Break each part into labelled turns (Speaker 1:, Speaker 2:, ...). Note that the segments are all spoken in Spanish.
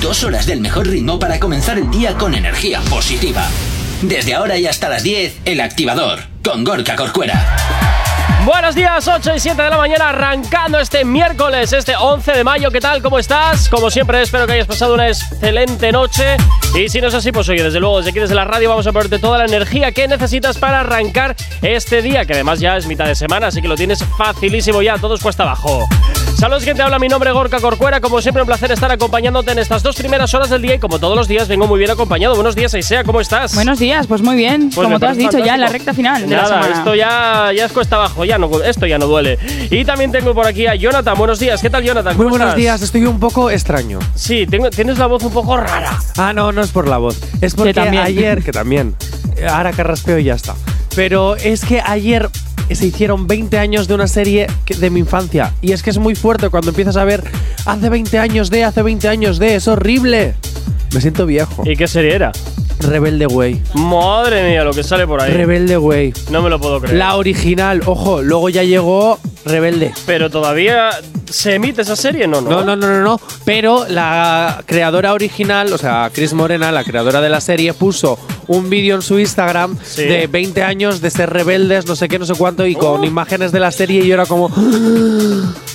Speaker 1: Dos horas del mejor ritmo para comenzar el día con energía positiva. Desde ahora y hasta las 10, El Activador, con Gorka Corcuera.
Speaker 2: Buenos días, 8 y 7 de la mañana, arrancando este miércoles, este 11 de mayo. ¿Qué tal? ¿Cómo estás? Como siempre, espero que hayas pasado una excelente noche. Y si no es así, pues oye, desde luego, desde aquí, desde la radio, vamos a ponerte toda la energía que necesitas para arrancar este día, que además ya es mitad de semana, así que lo tienes facilísimo ya, todos cuesta abajo. Saludos, quien te habla, mi nombre es Gorka Corcuera. Como siempre, un placer estar acompañándote en estas dos primeras horas del día y como todos los días, vengo muy bien acompañado. Buenos días, Aisea, ¿cómo estás?
Speaker 3: Buenos días, pues muy bien.
Speaker 2: Pues me
Speaker 3: Como tú has
Speaker 2: parece
Speaker 3: dicho, ya en la
Speaker 2: fantástico.
Speaker 3: recta final de la
Speaker 2: Nada,
Speaker 3: semana.
Speaker 2: esto ya, ya es cuesta abajo, ya no, esto ya no duele. Y también tengo por aquí a Jonathan. Buenos días, ¿qué tal, Jonathan?
Speaker 4: Muy
Speaker 2: ¿Cómo
Speaker 4: buenos
Speaker 2: estás?
Speaker 4: días, estoy un poco extraño.
Speaker 2: Sí, tengo- tienes la voz un poco rara.
Speaker 4: Ah, no, no es por la voz. Es porque
Speaker 3: también.
Speaker 4: ayer, que también, eh, ahora carraspeo y ya está. Pero es que ayer se hicieron 20 años de una serie que- de mi infancia. Y es que es muy fuerte cuando empiezas a ver hace 20 años de, hace 20 años de, es horrible. Me siento viejo.
Speaker 2: ¿Y qué serie era?
Speaker 4: Rebelde Way.
Speaker 2: Madre mía, lo que sale por ahí.
Speaker 4: Rebelde Way.
Speaker 2: no me lo puedo creer.
Speaker 4: La original, ojo, luego ya llegó Rebelde.
Speaker 2: Pero todavía se emite esa serie, no, no.
Speaker 4: No, no, no, no, no. Pero la creadora original, o sea, Chris Morena, la creadora de la serie, puso un vídeo en su Instagram
Speaker 2: Sí.
Speaker 4: de 20 años de ser rebeldes, no sé qué, no sé cuánto, y
Speaker 2: Oh.
Speaker 4: con imágenes de la serie y yo era como,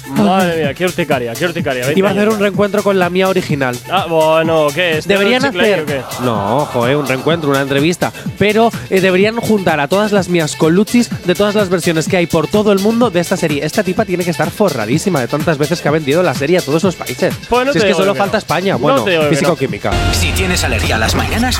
Speaker 2: Madre mía, qué urticaria, qué urticaria. Vente,
Speaker 4: iba a hacer un
Speaker 2: Jonathan.
Speaker 4: reencuentro con la mía original.
Speaker 2: Ah, bueno, ¿qué es?
Speaker 4: Deberían
Speaker 2: ¿Tengo el chicle ahí
Speaker 4: hacer.
Speaker 2: o qué?
Speaker 4: No, ojo, eh, un reencuentro, una entrevista. Pero eh, deberían juntar a todas las mías coluchis de todas las versiones que hay por todo el mundo de esta serie. Esta tipa tiene que estar forradísima de tantas veces que ha vendido la serie a todos los países.
Speaker 2: Pues no
Speaker 4: si
Speaker 2: te
Speaker 4: es que
Speaker 2: digo
Speaker 4: solo
Speaker 2: que no.
Speaker 4: falta España.
Speaker 2: No
Speaker 4: Bueno,
Speaker 2: te digo que no.
Speaker 4: físico-química.
Speaker 1: Si tienes alergia a las mañanas,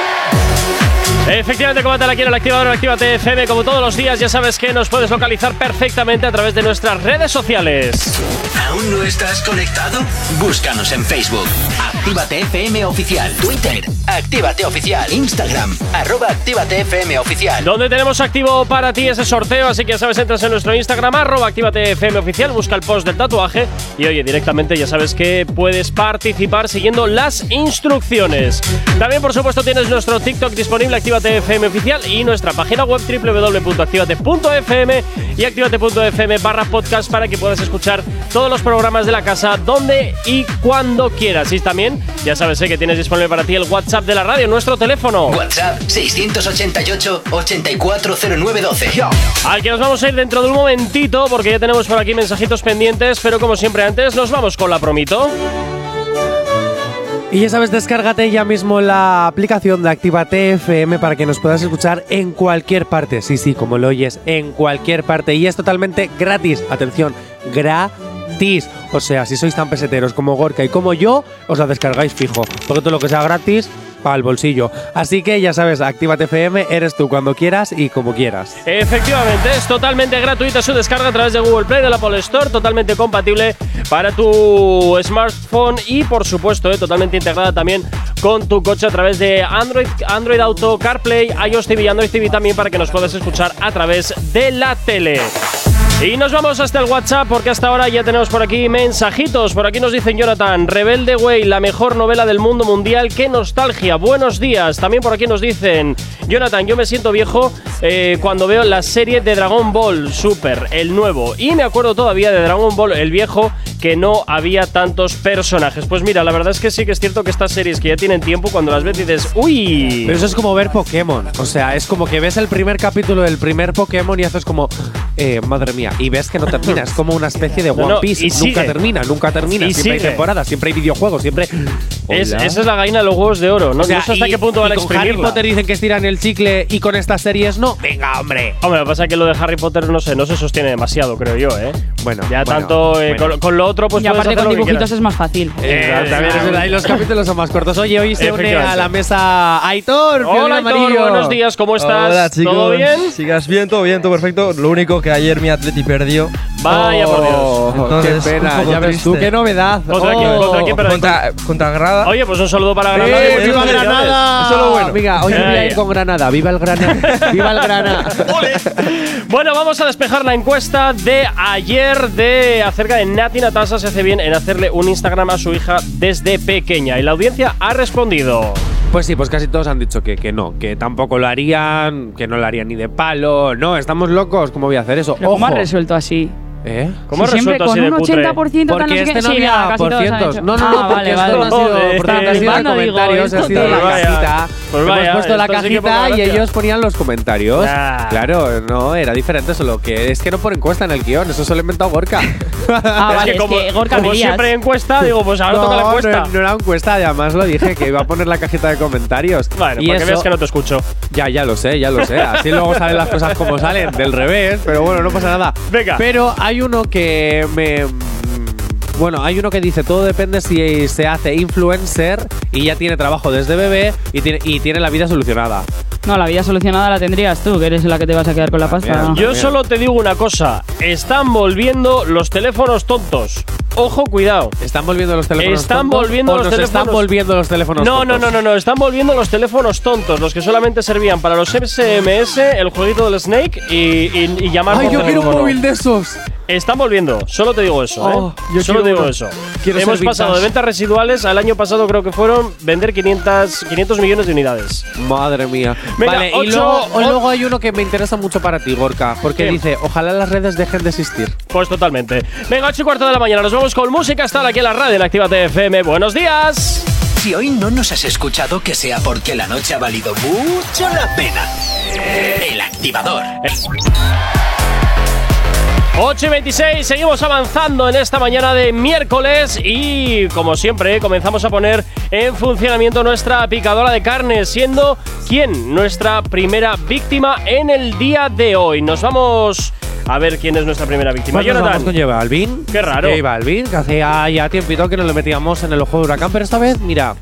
Speaker 2: Efectivamente, como tal aquí en el activador, en Actívate FM, como todos los días, ya sabes que nos puedes localizar perfectamente a través de nuestras redes sociales.
Speaker 1: ¿Aún no estás conectado? Búscanos en Facebook. Actívate FM Oficial. Twitter. Actívate Oficial. Instagram. Arroba Actívate FM Oficial.
Speaker 2: Donde tenemos activo para ti ese sorteo, así que ya sabes, entras en nuestro Instagram, arroba actívate FM oficial, busca el post del tatuaje y oye, directamente ya sabes que puedes participar siguiendo las instrucciones. También, por supuesto, tienes nuestro TikTok disponible, actívate FM oficial y nuestra página web www.activate.fm y activate.fm barra podcast para que puedas escuchar todos los programas de la casa donde y cuando quieras. Y también, ya sabes eh, que tienes disponible para ti el WhatsApp de la radio, nuestro teléfono.
Speaker 1: WhatsApp 688 840912.
Speaker 2: Al que nos vamos a ir dentro de un momentito porque ya tenemos por aquí mensajitos pendientes, pero como siempre antes nos vamos con la promito.
Speaker 4: Y ya sabes, descárgate ya mismo la aplicación de Actívate FM para que nos puedas escuchar en cualquier parte. Sí, sí, como lo oyes, en cualquier parte. Y es totalmente gratis. Atención, gratis. O sea, si sois tan peseteros como Gorka y como yo, os la descargáis fijo. Porque todo lo que sea gratis, para el bolsillo. Así que ya sabes, Actívate FM, eres tú cuando quieras y como quieras.
Speaker 2: Efectivamente, es totalmente gratuita su descarga a través de Google Play, de la Apple Store, totalmente compatible para tu smartphone y por supuesto eh, totalmente integrada también con tu coche a través de Android, Android Auto, CarPlay, iOS TV y Android TV también para que nos puedas escuchar a través de la tele. Y nos vamos hasta el WhatsApp porque hasta ahora ya tenemos por aquí mensajitos. Por aquí nos dicen Jonathan, Rebelde Way, la mejor novela del mundo mundial. ¡Qué nostalgia! Buenos días. También por aquí nos dicen, Jonathan, yo me siento viejo eh, cuando veo la serie de Dragon Ball Super, el nuevo. Y me acuerdo todavía de Dragon Ball, el viejo, que no había tantos personajes. Pues mira, la verdad es que sí que es cierto que estas series que ya tienen tiempo, cuando las ves dices, ¡Uy!
Speaker 4: Pero eso es como ver Pokémon. O sea, es como que ves el primer capítulo del primer Pokémon y haces como, eh, madre mía, y ves que no termina. es como una especie de One
Speaker 2: no,
Speaker 4: Piece.
Speaker 2: y
Speaker 4: nunca
Speaker 2: sigue.
Speaker 4: termina, nunca termina.
Speaker 2: Y
Speaker 4: siempre
Speaker 2: sigue.
Speaker 4: hay temporadas, siempre hay videojuegos, siempre.
Speaker 2: Es-
Speaker 4: Hola.
Speaker 2: esa es la gaina de los huevos de oro. No,
Speaker 4: O sea,
Speaker 2: no sé hasta
Speaker 4: y-
Speaker 2: qué punto van
Speaker 4: y
Speaker 2: a
Speaker 4: con Harry
Speaker 2: exprimirla.
Speaker 4: Potter dicen que estiran el chicle y con estas series no. Venga, hombre.
Speaker 2: Hombre, lo que pasa es que lo de Harry Potter no sé, no se sostiene demasiado, creo yo, ¿eh?
Speaker 4: Bueno,
Speaker 2: ya
Speaker 4: bueno,
Speaker 2: tanto eh,
Speaker 4: bueno.
Speaker 2: Con, con lo otro pues
Speaker 3: y
Speaker 2: puedes
Speaker 3: aparte
Speaker 2: hacer
Speaker 3: con
Speaker 2: lo que
Speaker 3: dibujitos
Speaker 2: quieras.
Speaker 3: es más fácil.
Speaker 2: Eh,
Speaker 4: También es verdad, y los capítulos son más cortos. Oye, hoy se une
Speaker 2: Efectivamente.
Speaker 4: a la mesa Aitor.
Speaker 2: Hola,
Speaker 4: Piolín
Speaker 2: Aitor,
Speaker 4: Amarillo.
Speaker 2: buenos días, ¿cómo estás?
Speaker 5: Hola chicos,
Speaker 2: ¿Todo bien?
Speaker 5: Sigas bien, todo bien, todo perfecto. Lo único que ayer mi Atleti perdió.
Speaker 2: Vaya por Dios.
Speaker 4: Oh,
Speaker 5: Entonces,
Speaker 4: qué pena,
Speaker 5: un poco
Speaker 4: ya ves tú,
Speaker 5: triste.
Speaker 4: qué novedad. Oh.
Speaker 2: ¿Contra quién? Oh, ¿Contra quién? Pero-
Speaker 5: Pues, Contra, contra Granada.
Speaker 2: Oye, pues un saludo para
Speaker 4: ¡Eh,
Speaker 2: Granada. y
Speaker 4: ¡Viva
Speaker 2: felicidades.
Speaker 4: Granada!
Speaker 5: Eso es lo bueno.
Speaker 4: Venga, hoy
Speaker 2: Ya,
Speaker 4: voy a ir
Speaker 2: ya.
Speaker 4: con Granada. ¡Viva el Granada! ¡Viva el Granada!
Speaker 2: Bueno, vamos a despejar la encuesta de ayer de acerca de Nati Natasa se hace bien en hacerle un Instagram a su hija desde pequeña y la audiencia ha respondido.
Speaker 4: pues sí, pues casi todos han dicho que, que no, que tampoco lo harían, que no lo harían ni de palo. No, estamos locos, ¿cómo voy a hacer eso?
Speaker 3: Pero ¿Cómo
Speaker 4: Ojo.
Speaker 3: has resuelto así?
Speaker 4: ¿Eh?
Speaker 2: ¿Cómo
Speaker 3: Sí, siempre
Speaker 2: resuelto
Speaker 3: con
Speaker 2: así de
Speaker 3: un
Speaker 2: cutre?
Speaker 3: 80% tal, no
Speaker 4: Porque
Speaker 3: sé
Speaker 4: este
Speaker 3: qué.
Speaker 4: no
Speaker 3: Sí, mira,
Speaker 4: había
Speaker 3: casi todos han
Speaker 4: porcientos.
Speaker 3: hecho.
Speaker 4: No, no,
Speaker 3: Ah,
Speaker 4: no,
Speaker 3: vale,
Speaker 4: porque esto no
Speaker 3: vale.
Speaker 4: ha sido
Speaker 2: Joder,
Speaker 4: por tanto, ha sido de este
Speaker 3: flipando, digo,
Speaker 4: comentarios, ha
Speaker 3: esto
Speaker 4: sido
Speaker 3: te-
Speaker 4: la
Speaker 2: Vaya,
Speaker 4: cajita.
Speaker 2: pues
Speaker 4: Hemos
Speaker 2: vaya,
Speaker 4: puesto la
Speaker 2: esto sí que
Speaker 4: cajita
Speaker 2: pone
Speaker 4: y
Speaker 2: gracia.
Speaker 4: ellos ponían los comentarios.
Speaker 2: Ah.
Speaker 4: Claro, no, era diferente solo que es que no pone encuesta en el guión, eso se lo ha inventado Gorka.
Speaker 3: Ah,
Speaker 2: Es
Speaker 3: vale,
Speaker 2: que como,
Speaker 3: es que Gorka
Speaker 2: como
Speaker 3: Melías.
Speaker 2: siempre encuesta, digo, pues ahora toca la encuesta.
Speaker 4: no, no era encuesta, y además lo dije que iba a poner la cajita de comentarios.
Speaker 2: Bueno,
Speaker 4: y
Speaker 2: para que
Speaker 4: eso-
Speaker 2: veas que no te escucho.
Speaker 4: Ya, ya lo sé, ya lo sé. Así luego salen las cosas como salen, del revés, pero bueno, no pasa nada.
Speaker 2: Venga.
Speaker 4: Pero hay uno que me. mm, Bueno, hay uno que dice: todo depende si se hace influencer y ya tiene trabajo desde bebé y tiene, y tiene la vida solucionada.
Speaker 3: No, la vida solucionada la tendrías tú, que eres la que te vas a quedar con la pasta.
Speaker 4: También.
Speaker 3: ¿no?
Speaker 2: Yo solo te digo una cosa, están volviendo los teléfonos tontos. Ojo, cuidado.
Speaker 4: ¿Están volviendo los teléfonos
Speaker 2: Están
Speaker 4: tontos
Speaker 2: volviendo
Speaker 4: o
Speaker 2: los
Speaker 4: nos Están
Speaker 2: teléfonos-
Speaker 4: volviendo los teléfonos
Speaker 2: No, no,
Speaker 4: tontos?
Speaker 2: no, no, no, están volviendo los teléfonos tontos, los que solamente servían para los SMS, el jueguito del Snake y, y- y llamar
Speaker 4: Ay,
Speaker 2: por
Speaker 4: yo quiero un
Speaker 2: teléfono.
Speaker 4: móvil de esos.
Speaker 2: Están volviendo, solo te digo eso,
Speaker 4: Oh,
Speaker 2: ¿eh?
Speaker 4: yo
Speaker 2: solo
Speaker 4: quiero
Speaker 2: te digo
Speaker 4: uno.
Speaker 2: eso.
Speaker 4: Quiero ser
Speaker 2: Hemos pasado de
Speaker 4: vintage.
Speaker 2: ventas residuales al año pasado creo que fueron vender 500, 500 millones de unidades.
Speaker 4: Madre mía.
Speaker 2: Venga,
Speaker 4: vale, y
Speaker 2: ocho-
Speaker 4: luego,
Speaker 2: o-
Speaker 4: y luego hay uno que me interesa mucho para ti, Gorka, porque
Speaker 2: ¿Qué?
Speaker 4: dice: ojalá las redes dejen de existir.
Speaker 2: Pues totalmente. Venga, 8 y cuarto de la mañana, nos vamos con música hasta aquí en la radio en Actívate FM. ¡Buenos días!
Speaker 1: Si hoy no nos has escuchado, que sea porque la noche ha valido mucho la pena. El activador.
Speaker 2: 8 y 26, seguimos avanzando en esta mañana de miércoles y como siempre comenzamos a poner en funcionamiento nuestra picadora de carne, siendo quién nuestra primera víctima en el día de hoy. Nos vamos a ver quién es nuestra primera víctima.
Speaker 4: Pues nos vamos con
Speaker 2: Jonathan,
Speaker 4: J Balvin.
Speaker 2: Qué raro.
Speaker 4: J Balvin, que hacía ya tiempito que no le metíamos en el ojo de huracán, pero esta vez, mira.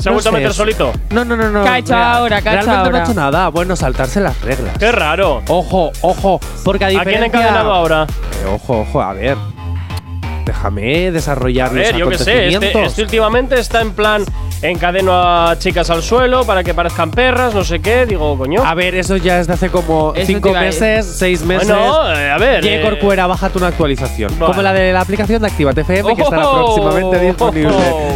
Speaker 2: se ha
Speaker 4: no
Speaker 2: vuelto a
Speaker 4: sé.
Speaker 2: meter solito.
Speaker 4: No, no, no, no.
Speaker 3: ¿Qué ha hecho
Speaker 4: mira,
Speaker 3: ahora? ¿Qué ha hecho
Speaker 4: Realmente no
Speaker 3: ahora?
Speaker 4: ha hecho nada. Bueno, saltarse las reglas.
Speaker 2: Qué raro.
Speaker 4: Ojo, ojo. Porque a
Speaker 2: ¿A
Speaker 4: diferencia…
Speaker 2: quién encadenado ahora?
Speaker 4: Eh, ojo, ojo, a ver. Déjame desarrollar
Speaker 2: A ver,
Speaker 4: los
Speaker 2: yo qué sé, este,
Speaker 4: acontecimientos.
Speaker 2: este últimamente está en plan encadeno a chicas al suelo para que parezcan perras, no sé qué, digo, coño.
Speaker 4: A ver, eso ya es de hace como
Speaker 3: Eso te
Speaker 4: cinco
Speaker 3: iba a decir.
Speaker 4: meses, seis meses.
Speaker 2: Bueno, eh, a ver.
Speaker 4: J.
Speaker 2: eh,
Speaker 4: Corcuera, bájate una actualización.
Speaker 2: Vale.
Speaker 4: Como la de la aplicación de Actívate FM, que estará
Speaker 3: Oh.
Speaker 2: ¡Ojo!
Speaker 4: próximamente disponible.
Speaker 2: ¡Ojo!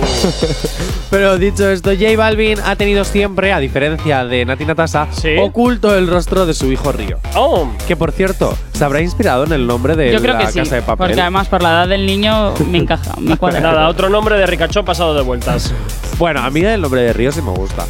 Speaker 4: Pero dicho esto, J Balvin ha tenido siempre, a diferencia de Nati Natasha,
Speaker 2: Sí.
Speaker 4: oculto el rostro de su hijo Río.
Speaker 2: Oh,
Speaker 4: Que por cierto, se habrá inspirado en el nombre de
Speaker 3: Yo creo
Speaker 4: la
Speaker 3: que sí,
Speaker 4: casa de papel.
Speaker 3: porque además por la edad del niño me encaja, me cuadra.
Speaker 2: Pues nada, otro nombre de ricachón pasado de vueltas.
Speaker 4: Bueno, a mí el nombre de Río sí me gusta.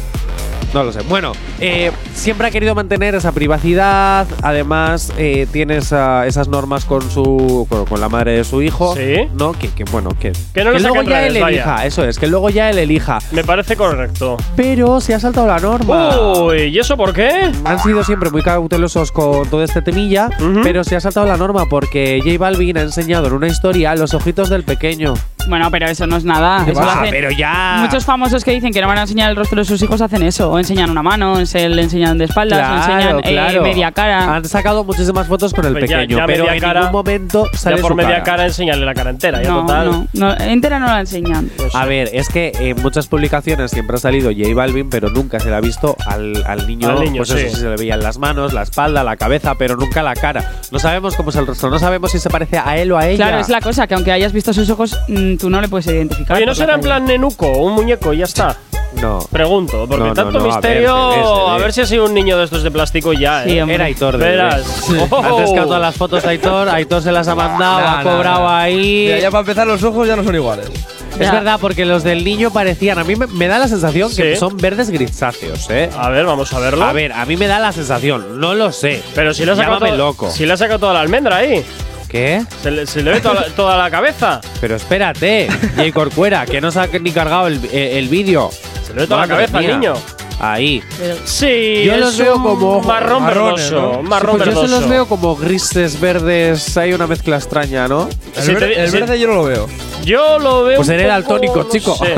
Speaker 4: No lo sé. Bueno, eh, siempre ha querido mantener esa privacidad. Además, eh, tiene esa- esas normas con su con, con la madre de su hijo.
Speaker 2: Sí.
Speaker 4: No, que, que bueno, que,
Speaker 2: Que no lo
Speaker 4: luego
Speaker 2: saquen
Speaker 4: ya
Speaker 2: redes,
Speaker 4: él
Speaker 2: vaya.
Speaker 4: elija. Eso es, que luego ya él elija.
Speaker 2: Me parece correcto.
Speaker 4: Pero se ha saltado la norma.
Speaker 2: Uy, ¿y eso por qué?
Speaker 4: han sido siempre muy cautelosos con todo este temilla,
Speaker 2: Ujú.
Speaker 4: pero se ha saltado la norma porque J Balvin ha enseñado en una historia los ojitos del pequeño.
Speaker 3: Bueno, pero eso no es nada. eso lo
Speaker 4: Ah,
Speaker 3: hacen-
Speaker 4: pero ya.
Speaker 3: Muchos famosos que dicen que no van a enseñar el rostro de sus hijos hacen eso. O enseñan una mano, se le enseñan de espaldas, o enseñan eh, media cara.
Speaker 4: Han sacado muchísimas fotos con el
Speaker 2: Pues ya-
Speaker 4: pequeño,
Speaker 2: ya
Speaker 4: pero
Speaker 2: media
Speaker 4: en
Speaker 2: cara-
Speaker 4: ningún momento sale
Speaker 2: ya por
Speaker 4: su
Speaker 2: media
Speaker 4: cara.
Speaker 2: cara. enseñarle la cara entera, ya
Speaker 3: No,
Speaker 2: total.
Speaker 3: no, no, entera no la enseñan.
Speaker 4: A ver, es que en muchas publicaciones siempre ha salido J Balvin, pero nunca se le ha visto al, al niño.
Speaker 2: Al niño,
Speaker 4: pues eso
Speaker 2: sí.
Speaker 4: sí se le veían las manos, la espalda, la cabeza, pero nunca la cara. No sabemos cómo es el rostro, no sabemos si se parece a él o a ella.
Speaker 3: Claro, es la cosa, que aunque hayas visto sus ojos, mm, tú no le puedes identificar.
Speaker 2: Oye, ¿no
Speaker 3: por la
Speaker 2: será en
Speaker 3: calle.
Speaker 2: plan nenuco, un muñeco y ya está?
Speaker 4: No.
Speaker 2: Pregunto, porque
Speaker 4: No, no,
Speaker 2: tanto
Speaker 4: no, a ver,
Speaker 2: misterio. A
Speaker 4: se
Speaker 2: ver,
Speaker 4: ve, se ve.
Speaker 2: si ha sido un niño de estos de plástico y ya,
Speaker 3: Sí,
Speaker 2: eh.
Speaker 3: hombre.
Speaker 4: Era Aitor de
Speaker 2: Verás.
Speaker 4: bebé.
Speaker 2: Oh.
Speaker 4: Ha pescado todas las fotos de Aitor, Aitor se las ha mandado,
Speaker 5: Nah,
Speaker 4: ha
Speaker 5: nah,
Speaker 4: cobrado
Speaker 5: nah.
Speaker 4: ahí.
Speaker 5: Mira, ya para empezar, los ojos ya no son iguales.
Speaker 4: es
Speaker 3: Ya.
Speaker 4: verdad, porque los del niño parecían. A mí me, me da la sensación que
Speaker 2: Sí.
Speaker 4: son verdes grisáceos, ¿eh?
Speaker 2: A ver, vamos a verlo.
Speaker 4: A ver, a mí me da la sensación, no lo sé.
Speaker 2: Pero si le ha sacado.
Speaker 4: Llámame
Speaker 2: to-
Speaker 4: loco.
Speaker 2: Si le ha sacado toda la almendra ahí.
Speaker 4: ¿Qué?
Speaker 2: Se le, se le ve toda la, toda la cabeza.
Speaker 4: Pero espérate, Jay Corcuera, que no se ha ni cargado el, eh, el vídeo.
Speaker 2: Se le ve toda la
Speaker 4: Madre
Speaker 2: cabeza al
Speaker 4: mía.
Speaker 2: niño.
Speaker 4: Ahí.
Speaker 2: Sí,
Speaker 4: Yo
Speaker 2: es
Speaker 4: los veo
Speaker 2: un
Speaker 4: como
Speaker 2: marrón
Speaker 5: marrones,
Speaker 2: verdoso.
Speaker 5: ¿no?
Speaker 2: Marrón
Speaker 4: Sí, pues yo se
Speaker 2: verdoso.
Speaker 4: los veo como grises, verdes, hay una mezcla extraña, ¿no?
Speaker 5: El,
Speaker 2: Si te
Speaker 5: verde-
Speaker 2: di-
Speaker 5: el
Speaker 2: si-
Speaker 5: verde yo no lo veo.
Speaker 2: Yo lo veo.
Speaker 4: Pues
Speaker 2: un
Speaker 4: eres
Speaker 2: poco,
Speaker 4: daltónico,
Speaker 2: no
Speaker 4: chico.
Speaker 2: sé.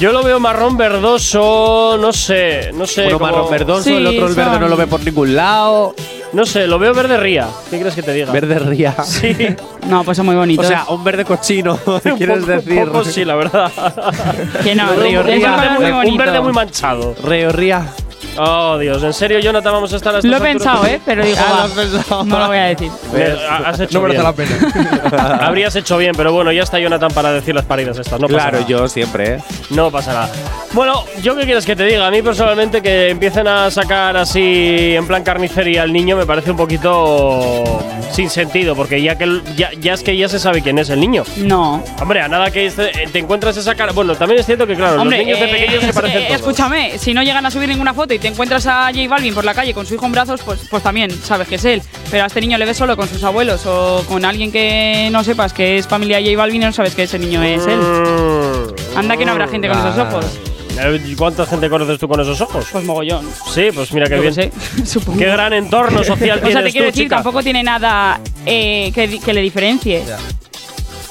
Speaker 2: Yo lo veo marrón verdoso, no sé, no sé.
Speaker 4: Uno
Speaker 2: como-
Speaker 4: marrón verdoso,
Speaker 3: Sí,
Speaker 4: el otro el verde
Speaker 3: son-
Speaker 4: no lo ve por ningún lado.
Speaker 2: No sé, lo veo verde ría. ¿Qué crees que te diga?
Speaker 4: Verde ría.
Speaker 2: Sí,
Speaker 3: No, pues son muy
Speaker 4: O
Speaker 3: bonitos.
Speaker 4: sea, un verde cochino,
Speaker 2: un
Speaker 4: quieres
Speaker 2: poco-
Speaker 4: decir.
Speaker 2: Un poco sí, la verdad.
Speaker 3: que no,
Speaker 4: Río
Speaker 3: es un
Speaker 4: Ría.
Speaker 3: color muy
Speaker 2: un
Speaker 3: bonito.
Speaker 2: verde muy manchado.
Speaker 4: Reo ría.
Speaker 2: Oh, Dios, en serio, Jonathan, vamos a estar hasta
Speaker 3: Lo he pensado, ¿eh? Pero digo,
Speaker 5: Ah,
Speaker 3: va,
Speaker 5: lo has pensado.
Speaker 3: no lo voy a decir.
Speaker 5: Pues,
Speaker 2: Eh, Has hecho
Speaker 5: no merece
Speaker 2: bien.
Speaker 5: la pena.
Speaker 2: Habrías hecho bien, pero bueno, ya está Jonathan para decir las paridas estas. No pasa
Speaker 4: claro,
Speaker 2: nada.
Speaker 4: yo siempre, ¿eh?
Speaker 2: No pasa nada. Bueno, ¿yo qué quieres que te diga? A mí personalmente que empiecen a sacar así en plan carnicería al niño me parece un poquito sin sentido, porque ya que el- ya, ya es que ya se sabe quién es el niño.
Speaker 3: No.
Speaker 2: Hombre, a nada que este- te encuentras esa cara. Bueno, también es cierto que claro,
Speaker 3: Hombre,
Speaker 2: los niños de
Speaker 3: eh,
Speaker 2: pequeños se
Speaker 3: es-
Speaker 2: parecen
Speaker 3: eh,
Speaker 2: todos.
Speaker 3: escúchame, si no llegan a subir ninguna foto y te encuentras a J Balvin por la calle con su hijo en brazos, pues, pues también sabes que es él. Pero a este niño le ves solo con sus abuelos o con alguien que no sepas que es familia de J Balvin y no sabes que ese niño es él.
Speaker 2: Mm.
Speaker 3: Anda que no habrá gente con esos ojos.
Speaker 2: Eh, ¿Cuánta gente conoces tú con esos ojos?
Speaker 3: Pues mogollón.
Speaker 2: Sí, pues mira qué
Speaker 3: Yo
Speaker 2: bien.
Speaker 3: qué sé, supongo.
Speaker 2: Qué gran entorno social
Speaker 3: o
Speaker 2: tienes
Speaker 3: sea, te quiero
Speaker 2: tú,
Speaker 3: decir,
Speaker 2: chica.
Speaker 3: tampoco tiene nada eh, que, di- que le diferencie.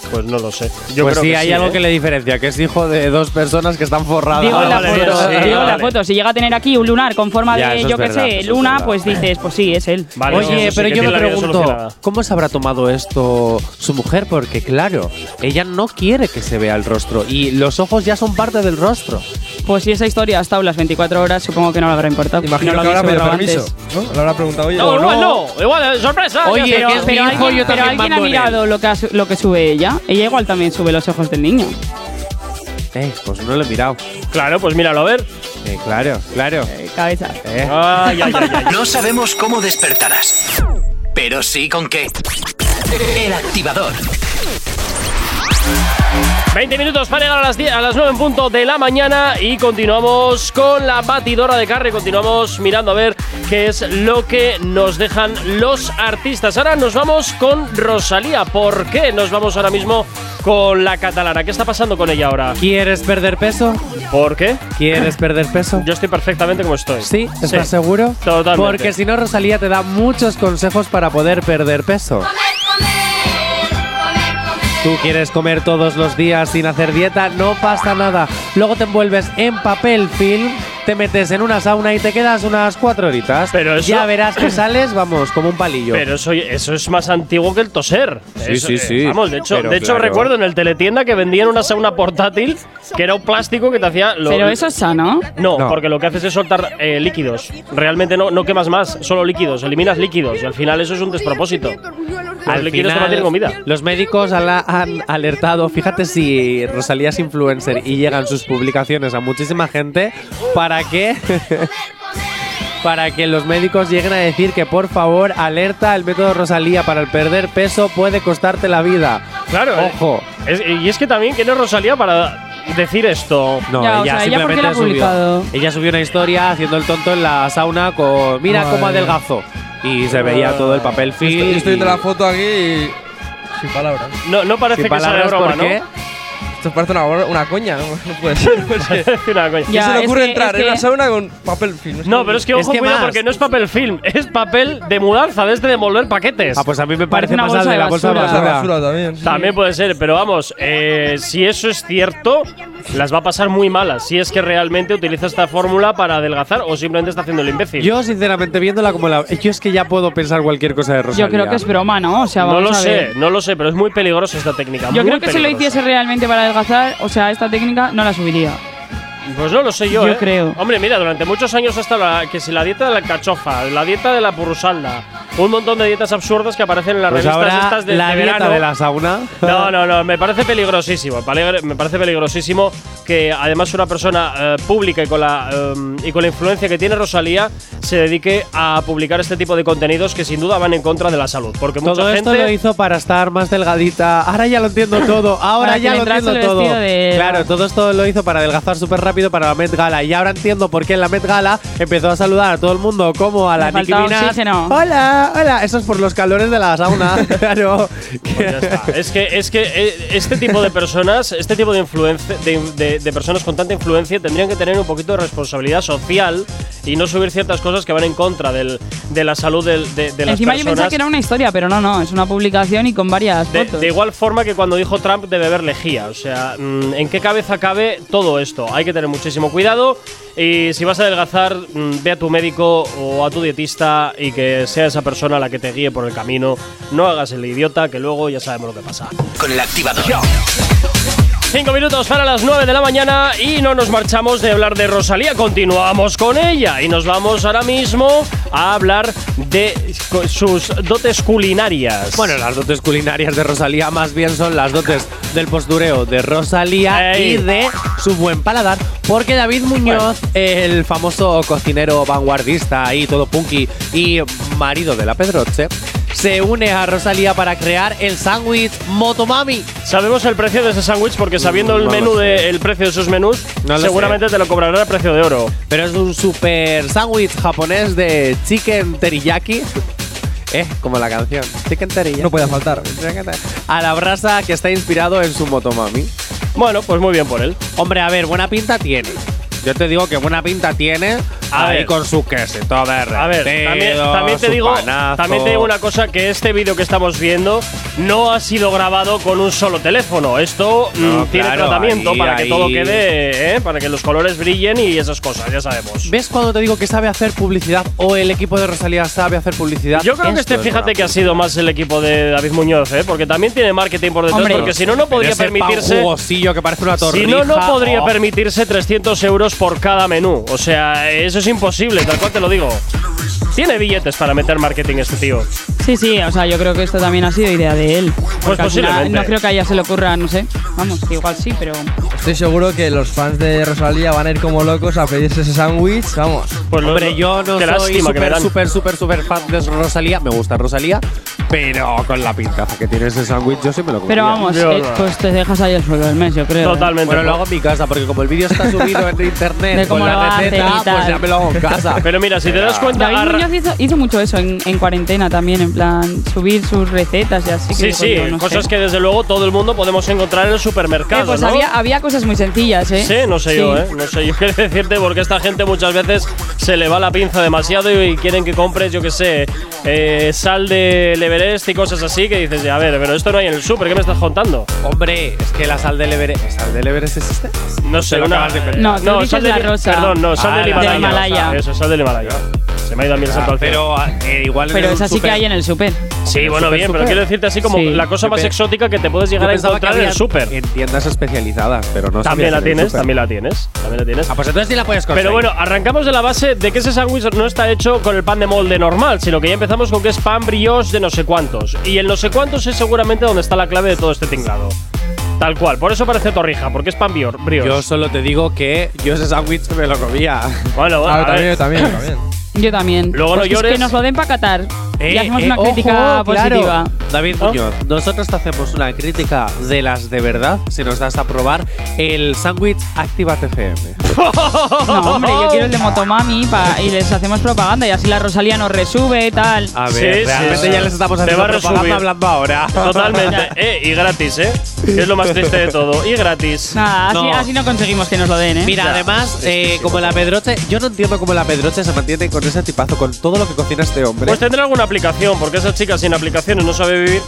Speaker 2: Pues no lo sé. Yo
Speaker 4: pues
Speaker 2: creo
Speaker 4: sí,
Speaker 2: que
Speaker 4: hay
Speaker 2: sí,
Speaker 4: algo
Speaker 2: ¿eh?
Speaker 4: que le diferencia, que es hijo de dos personas que están forradas. Ah,
Speaker 3: Digo en la
Speaker 2: Ah, vale, bien,
Speaker 3: foto,
Speaker 2: sí,
Speaker 3: digo en la
Speaker 2: vale.
Speaker 3: foto. Si llega a tener aquí un lunar con forma
Speaker 4: Ya,
Speaker 3: de,
Speaker 4: eso
Speaker 3: yo
Speaker 4: es
Speaker 3: qué
Speaker 4: verdad,
Speaker 3: sé,
Speaker 4: eso es
Speaker 3: luna,
Speaker 4: verdad.
Speaker 3: pues dices, pues sí, es él.
Speaker 2: Vale, eso
Speaker 4: Oye,
Speaker 2: sí
Speaker 4: pero
Speaker 2: que
Speaker 4: yo me
Speaker 2: tiene la vida
Speaker 4: pregunto,
Speaker 2: solucionada.
Speaker 4: ¿cómo se habrá tomado esto su mujer? Porque claro, ella no quiere que se vea el rostro y los ojos ya son parte del rostro.
Speaker 3: Pues si esa historia ha estado las 24 horas, supongo que no le habrá importado.
Speaker 5: Imagino
Speaker 3: No lo
Speaker 5: que ahora
Speaker 3: habéis
Speaker 5: pedido
Speaker 3: borrado
Speaker 5: permiso.
Speaker 3: antes.
Speaker 5: ¿no? Le habrá preguntado, oye,
Speaker 2: No,
Speaker 5: ¿o
Speaker 2: igual no, igual, eh, sorpresa.
Speaker 4: Oye,
Speaker 2: ya
Speaker 4: que
Speaker 2: está.
Speaker 4: es mi
Speaker 3: Pero
Speaker 4: hijo,
Speaker 3: alguien, pero
Speaker 4: yo también
Speaker 3: alguien ha
Speaker 4: mando en él.
Speaker 3: mirado lo que, ha su- lo que sube ella. Ella igual también sube los ojos del niño.
Speaker 4: Eh, pues no lo he mirado.
Speaker 2: Claro, pues míralo, a ver.
Speaker 4: Eh, claro, claro.
Speaker 3: Cabeza.
Speaker 4: Eh.
Speaker 2: Ay, ay, ay, ay.
Speaker 1: No sabemos cómo despertarás, pero sí con qué. El activador.
Speaker 2: 20 minutos para llegar a las, 10 a las 9 en punto de la mañana y continuamos con la batidora de carne. Continuamos mirando a ver qué es lo que nos dejan los artistas. Ahora nos vamos con Rosalía. ¿Por qué nos vamos ahora mismo con la catalana? ¿Qué está pasando con ella ahora?
Speaker 4: ¿Quieres perder peso?
Speaker 2: ¿Por qué?
Speaker 4: ¿Quieres perder peso?
Speaker 2: Yo estoy perfectamente como estoy.
Speaker 4: ¿Sí? ¿Estás seguro?
Speaker 2: Totalmente.
Speaker 4: Porque si no, Rosalía te da muchos consejos para poder perder peso. Tú quieres comer todos los días sin hacer dieta, no pasa nada. Luego te envuelves en papel film, te metes en una sauna y te quedas unas cuatro horitas.
Speaker 2: Pero eso-
Speaker 4: Ya verás que sales, vamos, como un palillo.
Speaker 2: Pero eso, eso es más antiguo que el toser.
Speaker 4: Sí,
Speaker 2: Eso,
Speaker 4: sí,
Speaker 2: eh,
Speaker 4: sí.
Speaker 2: Vamos, de hecho,
Speaker 4: Pero
Speaker 2: de hecho
Speaker 4: claro.
Speaker 2: recuerdo en el teletienda que vendían una sauna portátil que era un plástico que te hacía. lo-
Speaker 3: Pero eso es sano.
Speaker 5: Pues
Speaker 2: No,
Speaker 4: No.
Speaker 2: porque lo que haces es soltar eh, líquidos. Realmente no, no quemas más, solo líquidos, eliminas líquidos y al final eso es un despropósito. Los
Speaker 4: Al
Speaker 2: líquidos te
Speaker 4: final,
Speaker 2: mantienen comida.
Speaker 4: los médicos ala- han alertado, fíjate si Rosalía es influencer y llegan sus publicaciones a muchísima gente, ¿para qué? para que los médicos lleguen a decir que por favor, alerta, el método Rosalía para el perder peso puede costarte la vida.
Speaker 2: Claro, eh.
Speaker 4: Ojo.
Speaker 2: Es- y es que también, ¿quién es Rosalía para decir esto?
Speaker 4: No,
Speaker 3: Ya, o
Speaker 4: ella
Speaker 3: sea, ¿ella por
Speaker 4: simplemente
Speaker 3: qué la ha publicado?
Speaker 4: subió. Ella subió una historia haciendo el tonto en la sauna con mira cómo
Speaker 5: Madre.
Speaker 4: adelgazo y se veía todo el papel
Speaker 5: Yo
Speaker 4: film.
Speaker 5: estoy, yo estoy
Speaker 4: y-
Speaker 5: de la foto aquí y. Sin palabras.
Speaker 2: No, no parece
Speaker 4: sin
Speaker 2: que sea de
Speaker 4: palabras,
Speaker 2: broma,
Speaker 4: ¿por qué?
Speaker 5: Esto parece una, una coña, ¿no? No puede ser. No puede ser.
Speaker 2: ¿no? Una coña.
Speaker 3: Ya,
Speaker 5: ¿Qué se le
Speaker 3: es
Speaker 5: ocurre
Speaker 3: que-
Speaker 5: entrar
Speaker 3: es
Speaker 5: en la
Speaker 3: que-
Speaker 5: sauna con papel film?
Speaker 2: No, pero es que
Speaker 4: Es
Speaker 2: ojo,
Speaker 4: que
Speaker 2: cuidado,
Speaker 4: más.
Speaker 2: porque no es papel film, es papel de mudanza, de este de envolver paquetes.
Speaker 4: Ah, pues a mí me
Speaker 3: Parece
Speaker 4: parece,
Speaker 3: una
Speaker 4: más
Speaker 3: bolsa
Speaker 4: al de
Speaker 3: de
Speaker 4: la bolsa de
Speaker 5: Es la
Speaker 3: basura.
Speaker 4: basura.
Speaker 5: basura también. sí.
Speaker 2: También puede ser, pero vamos, eh, si eso es cierto, las va a pasar muy malas. Si es que realmente utiliza esta fórmula para adelgazar o simplemente está haciendo el imbécil.
Speaker 4: Yo, sinceramente, viéndola como la. Yo es que ya puedo pensar cualquier cosa de Rosalía. Pues
Speaker 3: Yo creo que es broma, ¿no? O sea,
Speaker 2: no
Speaker 3: vamos
Speaker 2: lo
Speaker 3: a ver.
Speaker 2: sé, no lo sé, pero es muy peligrosa esta técnica.
Speaker 3: Yo
Speaker 2: muy
Speaker 3: creo que si lo
Speaker 2: peligrosa.
Speaker 3: hiciese realmente para adelgazar, o sea, esta técnica no la subiría.
Speaker 2: Pues no lo sé yo.
Speaker 3: Yo
Speaker 2: ¿eh?
Speaker 3: creo.
Speaker 2: Hombre, mira, durante muchos años hasta la, que si la dieta de la alcachofa, la dieta de la purrusalda, un montón de dietas absurdas que aparecen en las
Speaker 4: Pues
Speaker 2: revistas
Speaker 4: ahora
Speaker 2: estas de,
Speaker 4: la
Speaker 2: de
Speaker 4: dieta
Speaker 2: verano.
Speaker 4: de la sauna.
Speaker 2: No, no, no, me parece peligrosísimo. palegre- Me parece peligrosísimo que además una persona eh, pública y con, la, em, y con la influencia que tiene Rosalía se dedique a publicar este tipo de contenidos que sin duda van en contra de la salud. Porque mucha
Speaker 4: Todo esto
Speaker 2: gente.
Speaker 4: lo hizo para estar más delgadita. Ahora ya lo entiendo todo. Ahora
Speaker 3: Para que
Speaker 4: ya
Speaker 3: le
Speaker 4: lo
Speaker 3: entrase
Speaker 4: entiendo
Speaker 3: el
Speaker 4: todo.
Speaker 3: vestido de-
Speaker 4: Claro, todo esto lo hizo para adelgazar súper rápido para la Met Gala. Y ahora entiendo por qué en la Met Gala empezó a saludar a todo el mundo como a la Nicki
Speaker 3: faltaba
Speaker 4: Minaj.
Speaker 3: oxígeno.
Speaker 4: Hola, hola. Eso es por los calores de la sauna. claro.
Speaker 2: Pues ya está. Es que, es que eh, este tipo de personas, este tipo de, influenci- de, de- de personas con tanta influencia tendrían que tener un poquito de responsabilidad social y no subir ciertas cosas que van en contra del- de la salud del- de, de las
Speaker 3: Encima yo
Speaker 2: personas.
Speaker 3: pensaba que era una historia, pero no, no, es una publicación y con varias
Speaker 2: De,
Speaker 3: fotos.
Speaker 2: de igual forma que cuando dijo Trump de beber lejía. O sea, mm, ¿en qué cabeza cabe todo esto? Hay que tener muchísimo cuidado. Y si vas a adelgazar, mm, ve a tu médico o a tu dietista y que sea esa persona la que te guíe por el camino. No hagas el idiota, que luego ya sabemos lo que pasa.
Speaker 1: Con el activador.
Speaker 2: Cinco minutos para las 9 de la mañana y no nos marchamos de hablar de Rosalía, continuamos con ella y nos vamos ahora mismo a hablar de co- sus dotes culinarias.
Speaker 4: Bueno, las dotes culinarias de Rosalía más bien son las dotes del postureo de Rosalía
Speaker 2: Ey.
Speaker 4: y de su buen paladar, porque David Muñoz, el famoso cocinero vanguardista y todo punky y marido de la Pedroche, se une a Rosalía para crear el sándwich Motomami.
Speaker 2: sabemos el precio de ese sándwich porque sabiendo el
Speaker 4: no lo
Speaker 2: menú
Speaker 4: sé.
Speaker 2: de, el precio de sus menús,
Speaker 4: Mm, No lo
Speaker 2: seguramente te lo cobrará a precio de oro.
Speaker 4: Pero es un super sándwich japonés de chicken teriyaki. Eh, como la canción. Chicken teriyaki.
Speaker 5: No podía faltar.
Speaker 4: A la brasa que está inspirado en su Motomami.
Speaker 2: Bueno, pues muy bien por él.
Speaker 4: Hombre, a ver, buena pinta tiene. Yo te digo que buena pinta tiene
Speaker 2: A
Speaker 4: ahí
Speaker 2: ver.
Speaker 4: con su quesito derretido,
Speaker 2: A ver, también, también te
Speaker 4: su
Speaker 2: digo,
Speaker 4: panazo.
Speaker 2: también te digo una cosa que este vídeo que estamos viendo no ha sido grabado con un solo teléfono. Esto
Speaker 4: No,
Speaker 2: mm, tiene
Speaker 4: claro,
Speaker 2: tratamiento
Speaker 4: ahí-
Speaker 2: para que todo
Speaker 4: ahí-
Speaker 2: quede, ¿eh? para que los colores brillen y esas cosas, ya sabemos.
Speaker 4: ¿Ves cuando te digo que sabe hacer publicidad o el equipo de Rosalía sabe hacer publicidad?
Speaker 2: Yo creo que
Speaker 4: Esto
Speaker 2: este,
Speaker 4: es
Speaker 2: fíjate
Speaker 4: buena
Speaker 2: que ha sido más el equipo de David Muñoz, ¿eh? porque también tiene marketing por detrás,
Speaker 3: Hombre.
Speaker 2: porque si no, no
Speaker 4: Pero
Speaker 2: podría
Speaker 4: ese pan
Speaker 2: permitirse.
Speaker 4: jugosillo que parece una torrija.
Speaker 2: Si no, no podría
Speaker 4: oh.
Speaker 2: permitirse 300 euros por cada menú. O sea, eso es imposible, tal cual te lo digo. Tiene billetes para meter marketing este tío.
Speaker 3: Sí, sí, o sea, yo creo que esto también ha sido idea de él. Porque al final
Speaker 2: Pues posiblemente.
Speaker 3: No creo que a ella se le ocurra, no sé. Vamos, que igual sí, pero.
Speaker 5: Estoy seguro que los fans de Rosalía van a ir como locos a pedirse ese sándwich. Vamos.
Speaker 2: Pues lo-
Speaker 4: Hombre, yo no
Speaker 2: qué
Speaker 4: soy
Speaker 2: lástima que me
Speaker 4: súper,
Speaker 2: dan.
Speaker 4: súper, súper, súper fan de Rosalía. Me gusta Rosalía, pero con la pintaza que tiene ese sándwich yo sí me lo comería.
Speaker 3: Pero vamos,
Speaker 2: Yo
Speaker 3: eh,
Speaker 2: no.
Speaker 3: pues te dejas ahí el suelo del mes, yo creo. ¿eh?
Speaker 2: Totalmente.
Speaker 4: Bueno, lo hago en mi casa, porque como el vídeo está subido en internet
Speaker 3: De
Speaker 4: con
Speaker 3: cómo lo
Speaker 4: la
Speaker 3: hacen
Speaker 4: receta,
Speaker 3: y tal.
Speaker 4: pues ya me lo hago en casa.
Speaker 2: Pero mira, si te
Speaker 4: Ah.
Speaker 2: das cuenta.
Speaker 3: David
Speaker 2: arra-
Speaker 3: Muñoz hizo, hizo mucho eso en, en cuarentena también, en plan, subir sus recetas y así. que
Speaker 2: Sí,
Speaker 3: digo
Speaker 2: sí,
Speaker 3: yo, no
Speaker 2: cosas
Speaker 3: sé.
Speaker 2: que desde luego todo el mundo podemos encontrar en el
Speaker 3: Eh,
Speaker 2: supermercado.
Speaker 3: pues
Speaker 2: ¿no?
Speaker 3: había, había cosas muy sencillas, ¿eh?
Speaker 2: Sí, no sé yo,
Speaker 3: Sí.
Speaker 2: ¿eh? No sé yo qué decirte porque esta gente muchas veces se le va la pinza demasiado y quieren que compres, yo qué sé, eh, sal de Everest y cosas así que dices, a ver, pero esto no hay en el súper, ¿qué me estás contando?
Speaker 4: Hombre, es que la sal del Everest. ¿Sal del Everest existe?
Speaker 2: No sé,
Speaker 4: lo
Speaker 2: una...
Speaker 4: acabas de inventar.
Speaker 3: No, tú dices
Speaker 2: sal de
Speaker 3: la rosa.
Speaker 2: Perdón, no, sal
Speaker 4: Ah,
Speaker 2: del
Speaker 4: la
Speaker 2: Himalaya.
Speaker 4: del
Speaker 3: Himalaya.
Speaker 2: Eso, sal del Himalaya. Se me ha ido a mí el santo al cielo.
Speaker 4: Ah, pero eh, igual. en
Speaker 3: Pero
Speaker 4: un
Speaker 3: esa sí que
Speaker 4: súper-
Speaker 3: hay en el súper.
Speaker 2: Sí, bueno,
Speaker 4: súper,
Speaker 2: bien, pero
Speaker 4: súper.
Speaker 2: quiero decirte así como
Speaker 3: Sí.
Speaker 2: la cosa más
Speaker 4: Súper.
Speaker 2: exótica que te puedes
Speaker 4: Yo
Speaker 2: llegar a
Speaker 4: pensaba que
Speaker 2: encontrar en el
Speaker 4: había
Speaker 2: súper.
Speaker 4: En tiendas especializadas, pero no
Speaker 2: También la
Speaker 4: sabía que en el
Speaker 2: tienes,
Speaker 4: súper.
Speaker 2: también la tienes, también la tienes.
Speaker 4: Ah, pues entonces sí la puedes conseguir.
Speaker 2: Pero bueno, arrancamos de la base de que ese sándwich no está hecho con el pan de molde normal, sino que ya empezamos con que es pan brioche de no sé cuántos. Y el no sé cuántos es seguramente donde está la clave de todo este tinglado. Tal cual, por eso parece torrija, porque es pan bior- brioche.
Speaker 4: Yo solo te digo que yo ese sándwich me lo comía.
Speaker 2: Bueno,
Speaker 4: Ah,
Speaker 5: Claro,
Speaker 2: a
Speaker 5: Ah, también,
Speaker 2: ver.
Speaker 5: también, también.
Speaker 3: Yo también.
Speaker 2: Luego no
Speaker 3: Pues Es
Speaker 2: llores.
Speaker 3: que nos lo den para catar. y
Speaker 4: Eh,
Speaker 3: hacemos
Speaker 4: eh,
Speaker 3: una
Speaker 4: ojo,
Speaker 3: crítica
Speaker 4: claro.
Speaker 3: positiva.
Speaker 4: David
Speaker 2: ¿No?
Speaker 4: Muñoz, nosotros te hacemos una crítica de las de verdad si nos das a probar el sándwich Activa TFM.
Speaker 3: No, hombre, yo quiero el de Motomami pa- y les hacemos propaganda y así la Rosalía nos resube, tal.
Speaker 4: A
Speaker 2: Sí,
Speaker 4: ver,
Speaker 2: sí,
Speaker 4: realmente
Speaker 2: sí.
Speaker 4: ya les estamos
Speaker 2: Te
Speaker 4: haciendo
Speaker 2: va a
Speaker 4: propaganda
Speaker 2: resumir.
Speaker 4: hablando ahora.
Speaker 2: Totalmente. eh, y gratis, ¿eh? Que es lo más triste de todo. Y gratis.
Speaker 3: Nada, así
Speaker 4: No.
Speaker 3: así no. conseguimos que nos lo den, ¿eh?
Speaker 4: Mira, además, eh, como la Pedroche, yo no entiendo cómo la Pedroche se mantiene con ese tipazo, con todo lo que cocina este hombre.
Speaker 2: Pues tendrá alguna aplicación, porque esa chica sin aplicaciones no sabe vivir.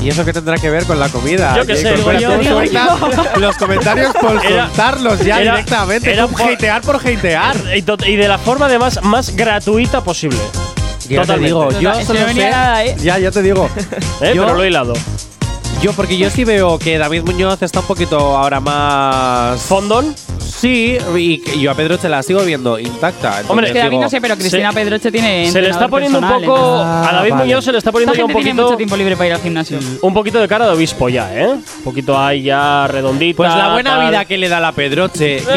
Speaker 4: ¿Y eso qué tendrá que ver con la comida?
Speaker 2: Yo qué
Speaker 4: Y
Speaker 2: sé,
Speaker 4: con
Speaker 2: digo
Speaker 4: fuera
Speaker 2: yo,
Speaker 4: todo
Speaker 2: digo
Speaker 4: suelta Los comentarios por
Speaker 2: Era-
Speaker 4: soltarlos ya
Speaker 2: era-
Speaker 4: directamente.
Speaker 2: era
Speaker 4: Era
Speaker 2: por-
Speaker 4: hatear por hatear.
Speaker 2: Y, tot- y de la forma además más gratuita posible.
Speaker 4: Ya te
Speaker 2: Totalmente. este
Speaker 4: digo, yo
Speaker 3: Total,
Speaker 4: solo
Speaker 3: no venía
Speaker 4: sé-
Speaker 3: nada, ¿eh?
Speaker 4: Ya, ya te digo.
Speaker 2: ¿eh?
Speaker 4: Yo-
Speaker 2: Pero lo he hilado.
Speaker 4: Yo, porque yo sí veo que David Muñoz está un poquito ahora más.
Speaker 2: Fondón.
Speaker 4: Sí, y que yo a Pedro te la sigo viendo intacta. Entonces
Speaker 2: Hombre,
Speaker 3: Es que David
Speaker 4: digo,
Speaker 3: no sé, pero Cristina
Speaker 2: se-
Speaker 3: Pedroche tiene.
Speaker 2: Se le está
Speaker 3: entrenador
Speaker 2: poniendo un
Speaker 3: personal,
Speaker 2: poco.
Speaker 3: entonces-
Speaker 2: a David
Speaker 4: Ah, vale.
Speaker 2: Muñoz se le está poniendo
Speaker 3: Esta
Speaker 2: ya un
Speaker 3: gente tiene
Speaker 2: poquito.
Speaker 3: mucho tiempo libre para ir al gimnasio.
Speaker 2: Un poquito de cara de obispo ya, ¿eh? Un poquito ahí ya redondita.
Speaker 4: Pues la buena
Speaker 2: tal.
Speaker 4: vida que le da la Pedroche.
Speaker 2: Eh, no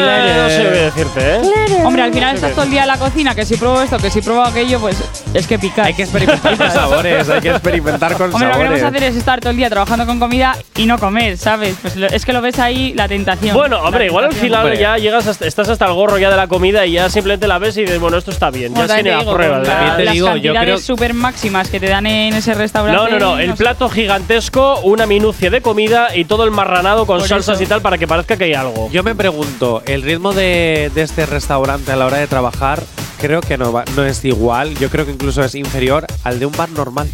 Speaker 2: sé qué decirte, ¿eh?
Speaker 3: Hombre, al final estás todo el día en la cocina, que si pruebo esto, que si pruebo aquello, pues es que picar.
Speaker 4: Hay que experimentar con sabores, hay que experimentar con
Speaker 3: Hombre, lo que no vamos
Speaker 4: sabores.
Speaker 3: a hacer es estar todo el día trabajando con comida y no comer, ¿sabes? Pues lo- es que lo ves ahí la tentación.
Speaker 2: Bueno, hombre,
Speaker 3: La
Speaker 2: igual al
Speaker 3: tentación.
Speaker 2: final
Speaker 4: hombre.
Speaker 2: ya llegas hasta- estás hasta el gorro ya de la comida y ya simplemente la ves y dices, bueno, esto está bien. Ya
Speaker 3: Bueno,
Speaker 2: se
Speaker 3: también
Speaker 2: la
Speaker 3: te digo,
Speaker 2: prueba.
Speaker 3: con
Speaker 2: ¿verdad?
Speaker 4: También te
Speaker 3: las
Speaker 4: digo, yo
Speaker 3: cantidades
Speaker 4: creo-
Speaker 3: súper máximas que te dan en ese
Speaker 2: No,
Speaker 3: restaurante. pues,
Speaker 2: no, no. El
Speaker 3: sé.
Speaker 2: plato gigantesco, una minucia de comida y todo el marranado con
Speaker 3: Por
Speaker 2: salsas
Speaker 3: eso.
Speaker 2: y tal para que parezca que hay algo.
Speaker 4: Yo me pregunto, el ritmo de, de este restaurante a la hora de trabajar creo que no, va- no es igual, yo creo que incluso es inferior al de un bar normal.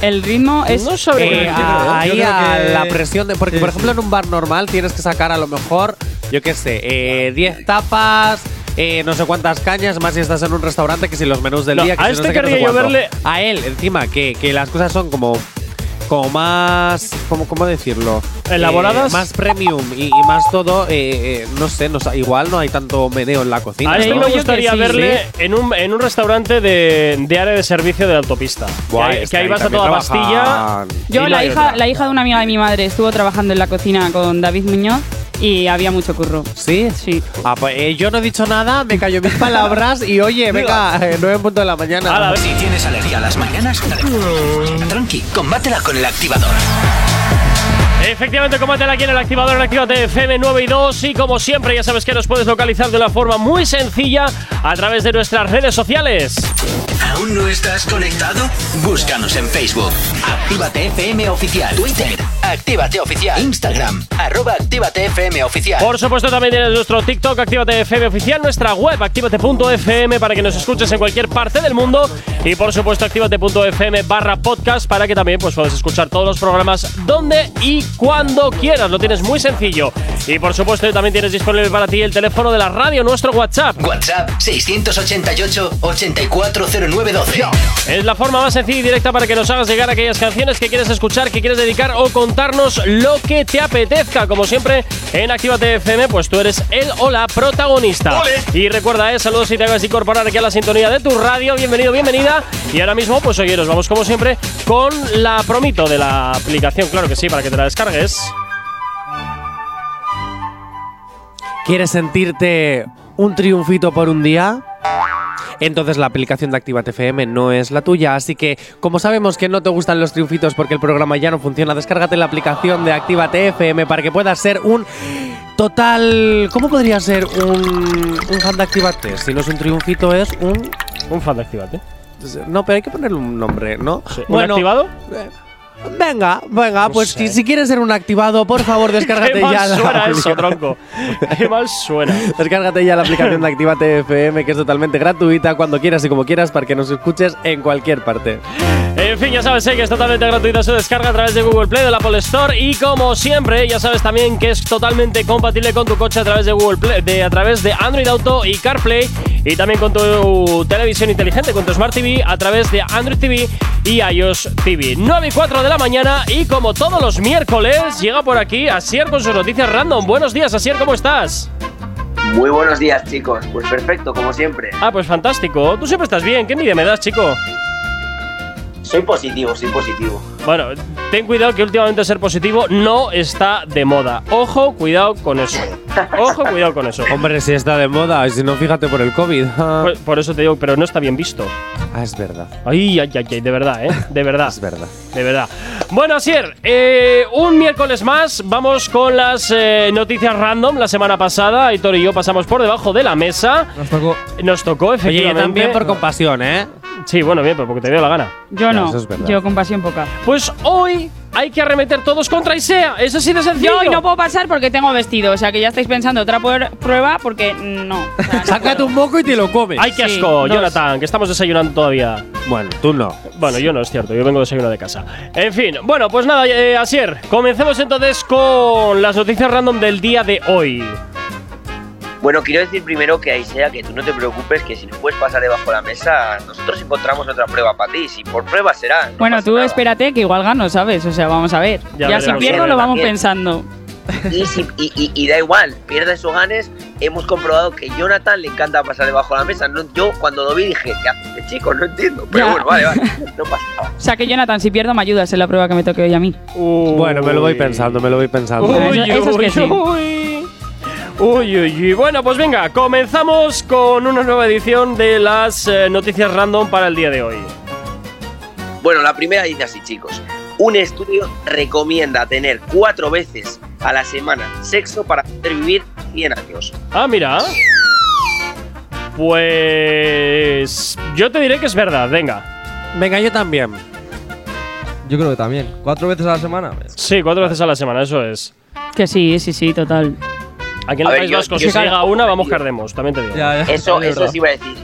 Speaker 3: El ritmo es.
Speaker 2: No sabría
Speaker 4: Eh,
Speaker 2: creo
Speaker 4: a-
Speaker 2: que- yo
Speaker 4: ahí
Speaker 5: creo
Speaker 4: a
Speaker 5: que-
Speaker 4: la presión de. Porque,
Speaker 5: Sí,
Speaker 4: por
Speaker 5: sí.
Speaker 4: ejemplo, en un bar normal tienes que sacar a lo mejor, yo qué sé, eh, 10 tapas. eh, no sé cuántas cañas, más si estás en un restaurante que si los menús del
Speaker 2: No,
Speaker 4: día. Que
Speaker 2: a
Speaker 4: si
Speaker 2: este
Speaker 4: no sé qué, no sé
Speaker 2: querría yo
Speaker 4: cuánto.
Speaker 2: verle-
Speaker 4: A él, encima, que, que las cosas son como como más, ¿cómo, cómo decirlo?
Speaker 2: ¿Elaboradas?
Speaker 4: Eh, más premium y, y más todo, eh, eh, no sé, no sa- igual no hay tanto meneo en la cocina.
Speaker 2: A
Speaker 4: ¿no?
Speaker 2: este
Speaker 3: digo
Speaker 2: me
Speaker 3: yo que
Speaker 2: gustaría
Speaker 3: sí,
Speaker 2: verle
Speaker 4: ¿eh?
Speaker 2: en, un, en un restaurante de, de área de servicio de autopista.
Speaker 4: Buah,
Speaker 2: que ahí,
Speaker 4: es
Speaker 2: que ahí vas a
Speaker 4: también
Speaker 2: toda pastilla.
Speaker 4: trabajan.
Speaker 3: Yo,
Speaker 2: y no
Speaker 3: la
Speaker 2: hay
Speaker 3: hija,
Speaker 2: otra.
Speaker 3: la hija de una amiga de mi madre estuvo trabajando en la cocina con David Muñoz y había mucho curro.
Speaker 4: ¿Sí?
Speaker 3: Sí.
Speaker 4: Ah, pues eh, yo no he dicho nada, me cayó mis palabras y oye, venga, eh, nueve en punto de la mañana.
Speaker 2: A la vez.
Speaker 1: Si tienes alergia a las mañanas, dale.
Speaker 2: Mm.
Speaker 1: tranqui, combátela con el activador.
Speaker 2: Efectivamente, combátela aquí en el activador en Actívate FM 9 y 2. Y como siempre, ya sabes que nos puedes localizar de una forma muy sencilla a través de nuestras redes sociales.
Speaker 1: ¿Aún no estás conectado? Búscanos en Facebook. Actívate FM Oficial. Twitter. Actívate Oficial. Instagram. Arroba Actívate FM Oficial.
Speaker 2: Por supuesto, también tienes nuestro TikTok, Actívate FM oficial, nuestra web, activate.fm para que nos escuches en cualquier parte del mundo. Y por supuesto, activate.fm barra podcast para que también pues, puedas escuchar todos los programas donde y cuando quieras. Lo tienes muy sencillo. Y por supuesto, también tienes disponible para ti el teléfono de la radio, nuestro WhatsApp.
Speaker 1: WhatsApp 688-840912.
Speaker 2: Es la forma más sencilla y directa para que nos hagas llegar aquellas canciones que quieres escuchar, que quieres dedicar o contarnos lo que te apetezca. Como siempre, en Actívate FM, pues tú eres el o la protagonista. Y recuerda, eh, saludos si te hagas incorporar aquí a la sintonía de tu radio. Bienvenido, bienvenida. Y ahora mismo, pues oye, nos vamos como siempre con la promito de la aplicación, claro que sí, para que te la descargues.
Speaker 4: ¿Quieres sentirte un triunfito por un día? Entonces la aplicación de Actívate FM no es la tuya, así que como sabemos que no te gustan los triunfitos porque el programa ya no funciona, descárgate la aplicación de Actívate FM para que puedas ser un total... ¿Cómo podría ser un, un fan de Actívate? Si no es un triunfito es un...
Speaker 2: Un fan de Actívate.
Speaker 4: No, pero hay que ponerle un nombre, ¿no?
Speaker 2: ¿Un activado?
Speaker 4: Venga, venga, pues si, si quieres ser un activado, por favor,
Speaker 2: Qué
Speaker 4: descárgate
Speaker 2: mal
Speaker 4: ya la
Speaker 2: suena eso,
Speaker 4: aplicación.
Speaker 2: tronco. Qué mal suena.
Speaker 4: Descárgate ya la aplicación de Actívate FM, que es totalmente gratuita, cuando quieras y como quieras, para que nos escuches en cualquier parte.
Speaker 2: En fin, ya sabes eh, que es totalmente gratuita su descarga a través de Google Play, de la Apple Store y como siempre, ya sabes también que es totalmente compatible con tu coche a través de Google Play, de, a través de Android Auto y CarPlay y también con tu televisión inteligente, con tu Smart TV a través de Android TV y iOS TV. 9 y 4 de la mañana y como todos los miércoles llega por aquí Asier con sus noticias random. Buenos días, Asier, ¿cómo estás?
Speaker 6: Muy buenos días, chicos. Pues perfecto, como siempre.
Speaker 2: Ah, pues fantástico. Tú siempre estás bien. ¿Qué envidia me das, chico?
Speaker 6: Soy positivo, soy positivo.
Speaker 2: Bueno, ten cuidado que últimamente ser positivo no está de moda. Ojo, cuidado con eso. Ojo, cuidado con eso.
Speaker 4: Hombre, si está de moda, y si no, fíjate por el COVID. Ah,
Speaker 2: Por, por eso te digo, pero no está bien visto.
Speaker 4: es verdad,
Speaker 2: Ay, ay, ay, ay, de verdad, ¿eh? De verdad.
Speaker 4: es verdad.
Speaker 2: De verdad. Bueno, Asier, eh, un miércoles más. Vamos con las eh, noticias random. La semana pasada, Aitor y yo pasamos por debajo de la mesa.
Speaker 5: Nos tocó.
Speaker 2: Nos tocó,
Speaker 4: Oye,
Speaker 2: efectivamente.
Speaker 4: y también por compasión, ¿eh?
Speaker 2: Sí, bueno, bien, pero porque te dio la gana.
Speaker 3: Yo
Speaker 4: No,
Speaker 3: no,
Speaker 4: eso es verdad.
Speaker 3: yo con pasión poca.
Speaker 2: Pues hoy hay que arremeter todos contra Isea. Eso sí de sencillo.
Speaker 3: Yo hoy no puedo pasar porque tengo vestido, o sea que ya estáis pensando otra puer- prueba porque no. o sea, no
Speaker 4: Sácate
Speaker 3: puedo.
Speaker 4: un moco y te lo comes.
Speaker 2: Ay, qué
Speaker 3: Sí,
Speaker 2: asco,
Speaker 3: dos.
Speaker 2: Jonathan, que estamos desayunando todavía.
Speaker 4: Bueno, tú no.
Speaker 2: Bueno, yo no es cierto, yo vengo de desayuno de casa. En fin, bueno, pues nada, eh, Asier, comencemos entonces con las noticias random del día de hoy.
Speaker 6: Bueno, quiero decir primero que Aisea, que tú no te preocupes, que si no puedes pasar debajo de la mesa, nosotros encontramos otra prueba para ti. Si por prueba será. no
Speaker 3: Bueno,
Speaker 6: pasa
Speaker 3: tú
Speaker 6: nada.
Speaker 3: espérate que igual gano, ¿sabes? O sea, vamos a ver.
Speaker 2: Ya
Speaker 3: Ya, si
Speaker 2: veremos,
Speaker 3: pierdo
Speaker 6: ya
Speaker 3: lo
Speaker 6: veremos.
Speaker 3: vamos
Speaker 6: También.
Speaker 3: pensando.
Speaker 6: Y, si- y- y- y da igual, pierdes o ganes, hemos comprobado que Jonathan le encanta pasar debajo de la mesa. No, yo cuando lo vi dije, ¿qué hace este chico? No entiendo. Pero
Speaker 3: Ya.
Speaker 6: bueno, vale, vale. No pasa nada.
Speaker 3: O sea que Jonathan, si pierdo me ayudas en la prueba que me toque hoy a mí.
Speaker 4: Bueno, me lo voy pensando, me lo voy pensando.
Speaker 3: Uy. Eso es que sí.
Speaker 2: uy. Uy, uy, uy. Bueno, pues venga, comenzamos con una nueva edición de las eh, noticias random para el día de hoy.
Speaker 6: Bueno, la primera dice así, chicos. Un estudio recomienda tener cuatro veces a la semana sexo para poder vivir 100 años.
Speaker 2: Ah, mira. Pues yo te diré que es verdad, venga.
Speaker 4: Venga, yo también.
Speaker 5: Yo creo que también. ¿Cuatro veces a la semana?
Speaker 2: Sí, cuatro veces a la semana, eso es.
Speaker 3: Que sí, sí, sí, total.
Speaker 2: Aquí en el
Speaker 6: A ver,
Speaker 2: País
Speaker 6: yo-
Speaker 2: Vasco,
Speaker 6: yo
Speaker 2: si
Speaker 6: sí-
Speaker 2: llega una, vamos cardemos, también te digo.
Speaker 5: Ya, ya.
Speaker 6: Eso,
Speaker 5: Es
Speaker 6: eso
Speaker 5: verdad.
Speaker 6: sí iba a decir.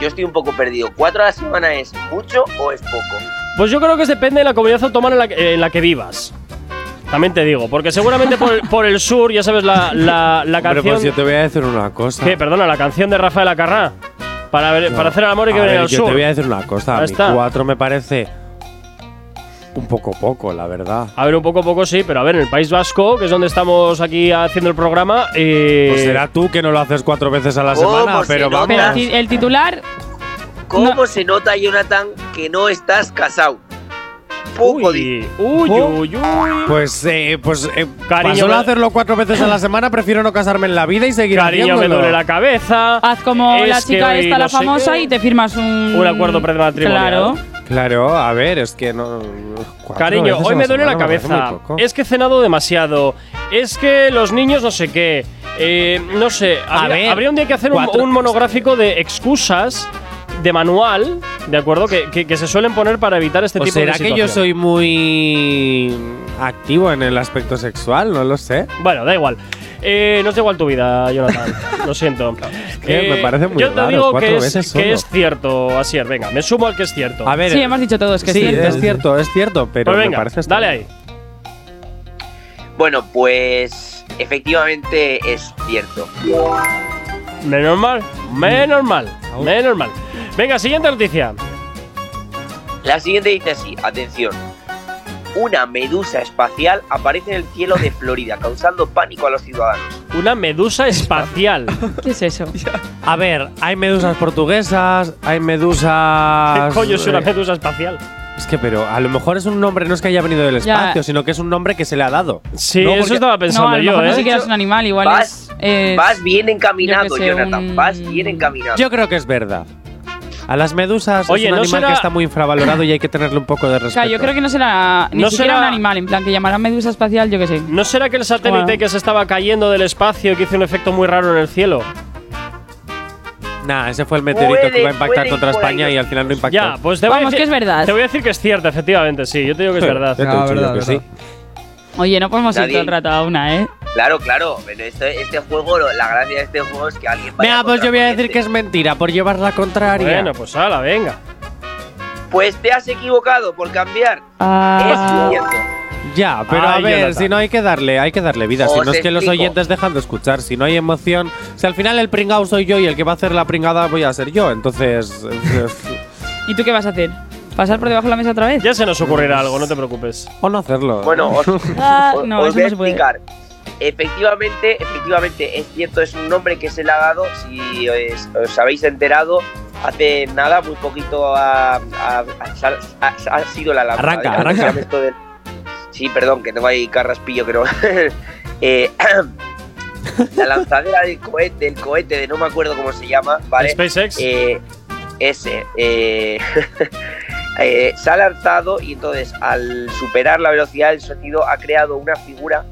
Speaker 6: Yo estoy un poco perdido. ¿Cuatro a la semana es mucho o es poco?
Speaker 2: Pues yo creo que depende de la comunidad autónoma en la, que- en la que vivas. También te digo, porque seguramente por, el- por el sur, ya sabes, la, la, la
Speaker 4: Hombre,
Speaker 2: canción.
Speaker 4: pues yo te voy a decir una cosa.
Speaker 2: ¿Qué? Perdona, la canción de Rafael Acarrá. Para, ver- para hacer el amor hay que
Speaker 4: A
Speaker 2: venir
Speaker 4: ver,
Speaker 2: al
Speaker 4: yo
Speaker 2: sur.
Speaker 4: te voy a decir una cosa.
Speaker 2: Ahí
Speaker 4: A mí
Speaker 2: está.
Speaker 4: cuatro me parece un poco poco, la verdad.
Speaker 2: A ver, un poco a poco sí, pero a ver, en el País Vasco, que es donde estamos aquí haciendo el programa. eh, Oh, pues
Speaker 4: Pues será tú que no lo haces cuatro veces a la
Speaker 6: ¿Cómo
Speaker 4: semana,
Speaker 6: si
Speaker 4: pero
Speaker 6: no?
Speaker 4: vamos.
Speaker 3: Pero el ti- el titular,
Speaker 6: ¿Cómo
Speaker 3: No.
Speaker 6: se nota, Jonathan, que no estás casado? Poco di-
Speaker 2: Uy, uy, uy, uy.
Speaker 4: Pues, eh, pues, eh,
Speaker 2: Cariño,
Speaker 4: para solo
Speaker 2: me-
Speaker 4: hacerlo cuatro veces a la semana, prefiero no casarme en la vida y seguir
Speaker 2: Cariño, me
Speaker 4: haciéndolo.
Speaker 2: duele la cabeza.
Speaker 3: haz como
Speaker 2: Es
Speaker 3: la
Speaker 2: que
Speaker 3: chica
Speaker 2: hoy
Speaker 3: esta, la
Speaker 2: no sé
Speaker 3: famosa,
Speaker 2: qué.
Speaker 3: y te firmas un.
Speaker 2: Un acuerdo prematrimonial.
Speaker 3: Claro.
Speaker 4: Claro, a ver, es que no. cuatro
Speaker 2: Cariño,
Speaker 4: veces a
Speaker 2: hoy me duele la
Speaker 4: semana parece
Speaker 2: cabeza.
Speaker 4: muy poco.
Speaker 2: Es este que he cenado demasiado. Es que los niños no sé qué. Eh, no sé.
Speaker 4: A
Speaker 2: Habría,
Speaker 4: ver,
Speaker 2: habría un día que hacer un,
Speaker 4: cuatro-
Speaker 2: un monográfico de excusas de manual, ¿de acuerdo? Que, que- que se suelen poner para evitar este
Speaker 4: ¿O
Speaker 2: tipo de
Speaker 4: será que yo
Speaker 2: situaciones.
Speaker 4: soy muy activo en el aspecto sexual? No lo sé.
Speaker 2: Bueno, da igual. Eh, no es da igual tu vida, Jonathan. Lo siento. Eh,
Speaker 4: que me parece muy
Speaker 2: Yo te
Speaker 4: raro,
Speaker 2: digo
Speaker 4: cuatro
Speaker 2: que
Speaker 4: veces
Speaker 2: es,
Speaker 4: solo.
Speaker 2: que es cierto, Asier. Venga, me sumo al que es cierto.
Speaker 4: A ver, eh,
Speaker 3: Sí, hemos dicho todos que
Speaker 4: sí,
Speaker 3: es cierto.
Speaker 4: es cierto, es cierto, pero
Speaker 2: pues
Speaker 4: me
Speaker 2: venga,
Speaker 4: parece.
Speaker 2: dale ahí.
Speaker 6: Bueno, pues efectivamente es cierto.
Speaker 2: Menos mal,
Speaker 4: Mm.
Speaker 2: menos mal, menos mal. Venga, siguiente noticia.
Speaker 6: La siguiente dice así, atención. Una medusa espacial aparece en el cielo de Florida, causando pánico a los ciudadanos.
Speaker 2: Una medusa espacial.
Speaker 3: ¿Qué es eso?
Speaker 4: A ver, hay medusas portuguesas, hay medusas.
Speaker 2: ¿Qué coño es una
Speaker 4: eh,
Speaker 2: medusa espacial?
Speaker 4: Es que, pero a lo mejor es un nombre, no es que haya venido del espacio, sino que es un nombre que se le ha dado.
Speaker 2: Sí,
Speaker 5: No,
Speaker 2: eso
Speaker 5: porque-
Speaker 2: estaba
Speaker 3: no,
Speaker 2: pensando
Speaker 3: a lo
Speaker 2: yo,
Speaker 3: mejor ni
Speaker 2: ¿eh?
Speaker 3: siquiera es un animal, igual
Speaker 6: Vas-
Speaker 3: es.
Speaker 4: eh,
Speaker 3: es-
Speaker 6: Vas bien encaminado,
Speaker 3: yo qué sé,
Speaker 6: Jonathan.
Speaker 3: un-
Speaker 6: Vas bien encaminado.
Speaker 4: Yo creo que es verdad. A las medusas
Speaker 2: Oye,
Speaker 4: es un
Speaker 2: ¿no
Speaker 4: animal
Speaker 2: será-
Speaker 4: que está muy infravalorado y hay que tenerle un poco de
Speaker 3: O
Speaker 4: respeto.
Speaker 3: sea, yo creo que no será ni
Speaker 2: No
Speaker 3: siquiera
Speaker 2: será-
Speaker 3: un animal, en plan que llamarán medusa espacial, yo qué sé.
Speaker 2: ¿No será que el satélite
Speaker 3: Bueno.
Speaker 2: que se estaba cayendo del espacio y que hizo un efecto muy raro en el cielo?
Speaker 4: Nah, ese fue el meteorito
Speaker 6: Puede-
Speaker 4: que iba a impactar
Speaker 6: puede ir
Speaker 4: contra
Speaker 6: por ahí.
Speaker 4: España y al final no impactó.
Speaker 2: Ya, pues te voy a
Speaker 3: Vamos,
Speaker 2: decir-
Speaker 3: que es verdad.
Speaker 2: Te voy a decir que es cierto, efectivamente, sí. Yo te digo que es verdad.
Speaker 4: Ya te he
Speaker 5: Ah,
Speaker 4: dicho yo
Speaker 5: verdad,
Speaker 4: que sí.
Speaker 5: verdad.
Speaker 3: Oye, no podemos ir
Speaker 6: Nadie-
Speaker 3: todo el rato a una, ¿eh?
Speaker 6: Claro, claro. Pero este, este juego, lo- la gracia de este juego es que alguien vaya
Speaker 4: Venga, pues
Speaker 6: contra este.
Speaker 4: yo voy a decir
Speaker 6: corriente.
Speaker 4: que es mentira por llevar la contraria.
Speaker 2: Bueno, pues hala, venga.
Speaker 6: Pues te has equivocado por cambiar.
Speaker 3: Ah,
Speaker 6: Es cierto.
Speaker 4: Ya, pero
Speaker 2: Ay,
Speaker 4: a ver,
Speaker 2: Jonathan.
Speaker 4: si no hay que darle, hay que darle vida. Si
Speaker 6: Os
Speaker 4: no es que los
Speaker 6: explico.
Speaker 4: oyentes dejan de escuchar, si no hay emoción, si al final el pringao soy yo y el que va a hacer la pringada voy a ser yo, entonces es-
Speaker 3: ¿Y tú qué vas a hacer? ¿Pasar por debajo de la mesa otra vez?
Speaker 2: Ya se nos ocurrirá algo, no te preocupes.
Speaker 4: o no hacerlo.
Speaker 6: Bueno, os,
Speaker 3: Ah,
Speaker 6: os-
Speaker 3: no,
Speaker 6: os
Speaker 3: eso
Speaker 6: voy a
Speaker 3: no se puede.
Speaker 6: explicar. Efectivamente, efectivamente, es cierto, es un nombre que se le ha dado, si os, os habéis enterado, hace nada, muy poquito ha, ha- ha- ha- ha sido la labor.
Speaker 4: Arranca, arranca.
Speaker 6: Sí, perdón, que tengo ahí carraspillo que no... Eh, la lanzadera del cohete, del cohete de no me acuerdo cómo se llama, ¿vale?
Speaker 2: SpaceX.
Speaker 6: eh, ese eh, eh, se ha lanzado y entonces al superar la velocidad del sonido ha creado una figura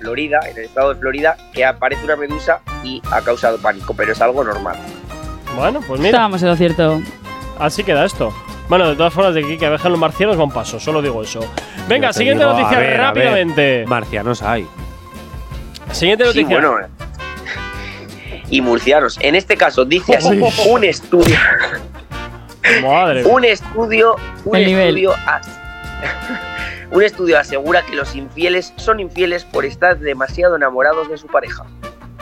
Speaker 6: florida en el estado de Florida que aparece una medusa y ha causado pánico pero es algo normal
Speaker 2: Bueno, pues mira,
Speaker 3: Estábamos en lo cierto.
Speaker 2: así queda esto. Bueno, de todas formas, de aquí que dejan los marcianos va un paso, solo digo eso. Venga,
Speaker 4: Yo te
Speaker 2: siguiente
Speaker 4: digo, a
Speaker 2: noticia
Speaker 4: ver, a ver,
Speaker 2: rápidamente.
Speaker 4: Marcianos hay.
Speaker 2: Siguiente
Speaker 6: sí
Speaker 2: noticia.
Speaker 6: bueno eh. y murcianos en este caso dice así un estudio
Speaker 2: Madre mía.
Speaker 6: un estudio un
Speaker 3: El nivel.
Speaker 6: estudio as- un estudio asegura que los infieles son infieles por estar demasiado enamorados de su pareja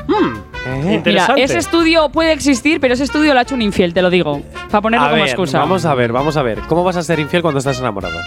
Speaker 2: Hmm,
Speaker 3: Mira,
Speaker 2: Interesante.
Speaker 3: ese estudio puede existir, pero ese estudio lo ha hecho un infiel, te lo digo. Para ponerlo
Speaker 4: A
Speaker 3: como
Speaker 4: ver,
Speaker 3: excusa.
Speaker 4: Vamos a ver, vamos a ver. ¿Cómo vas a ser infiel cuando estás enamorado?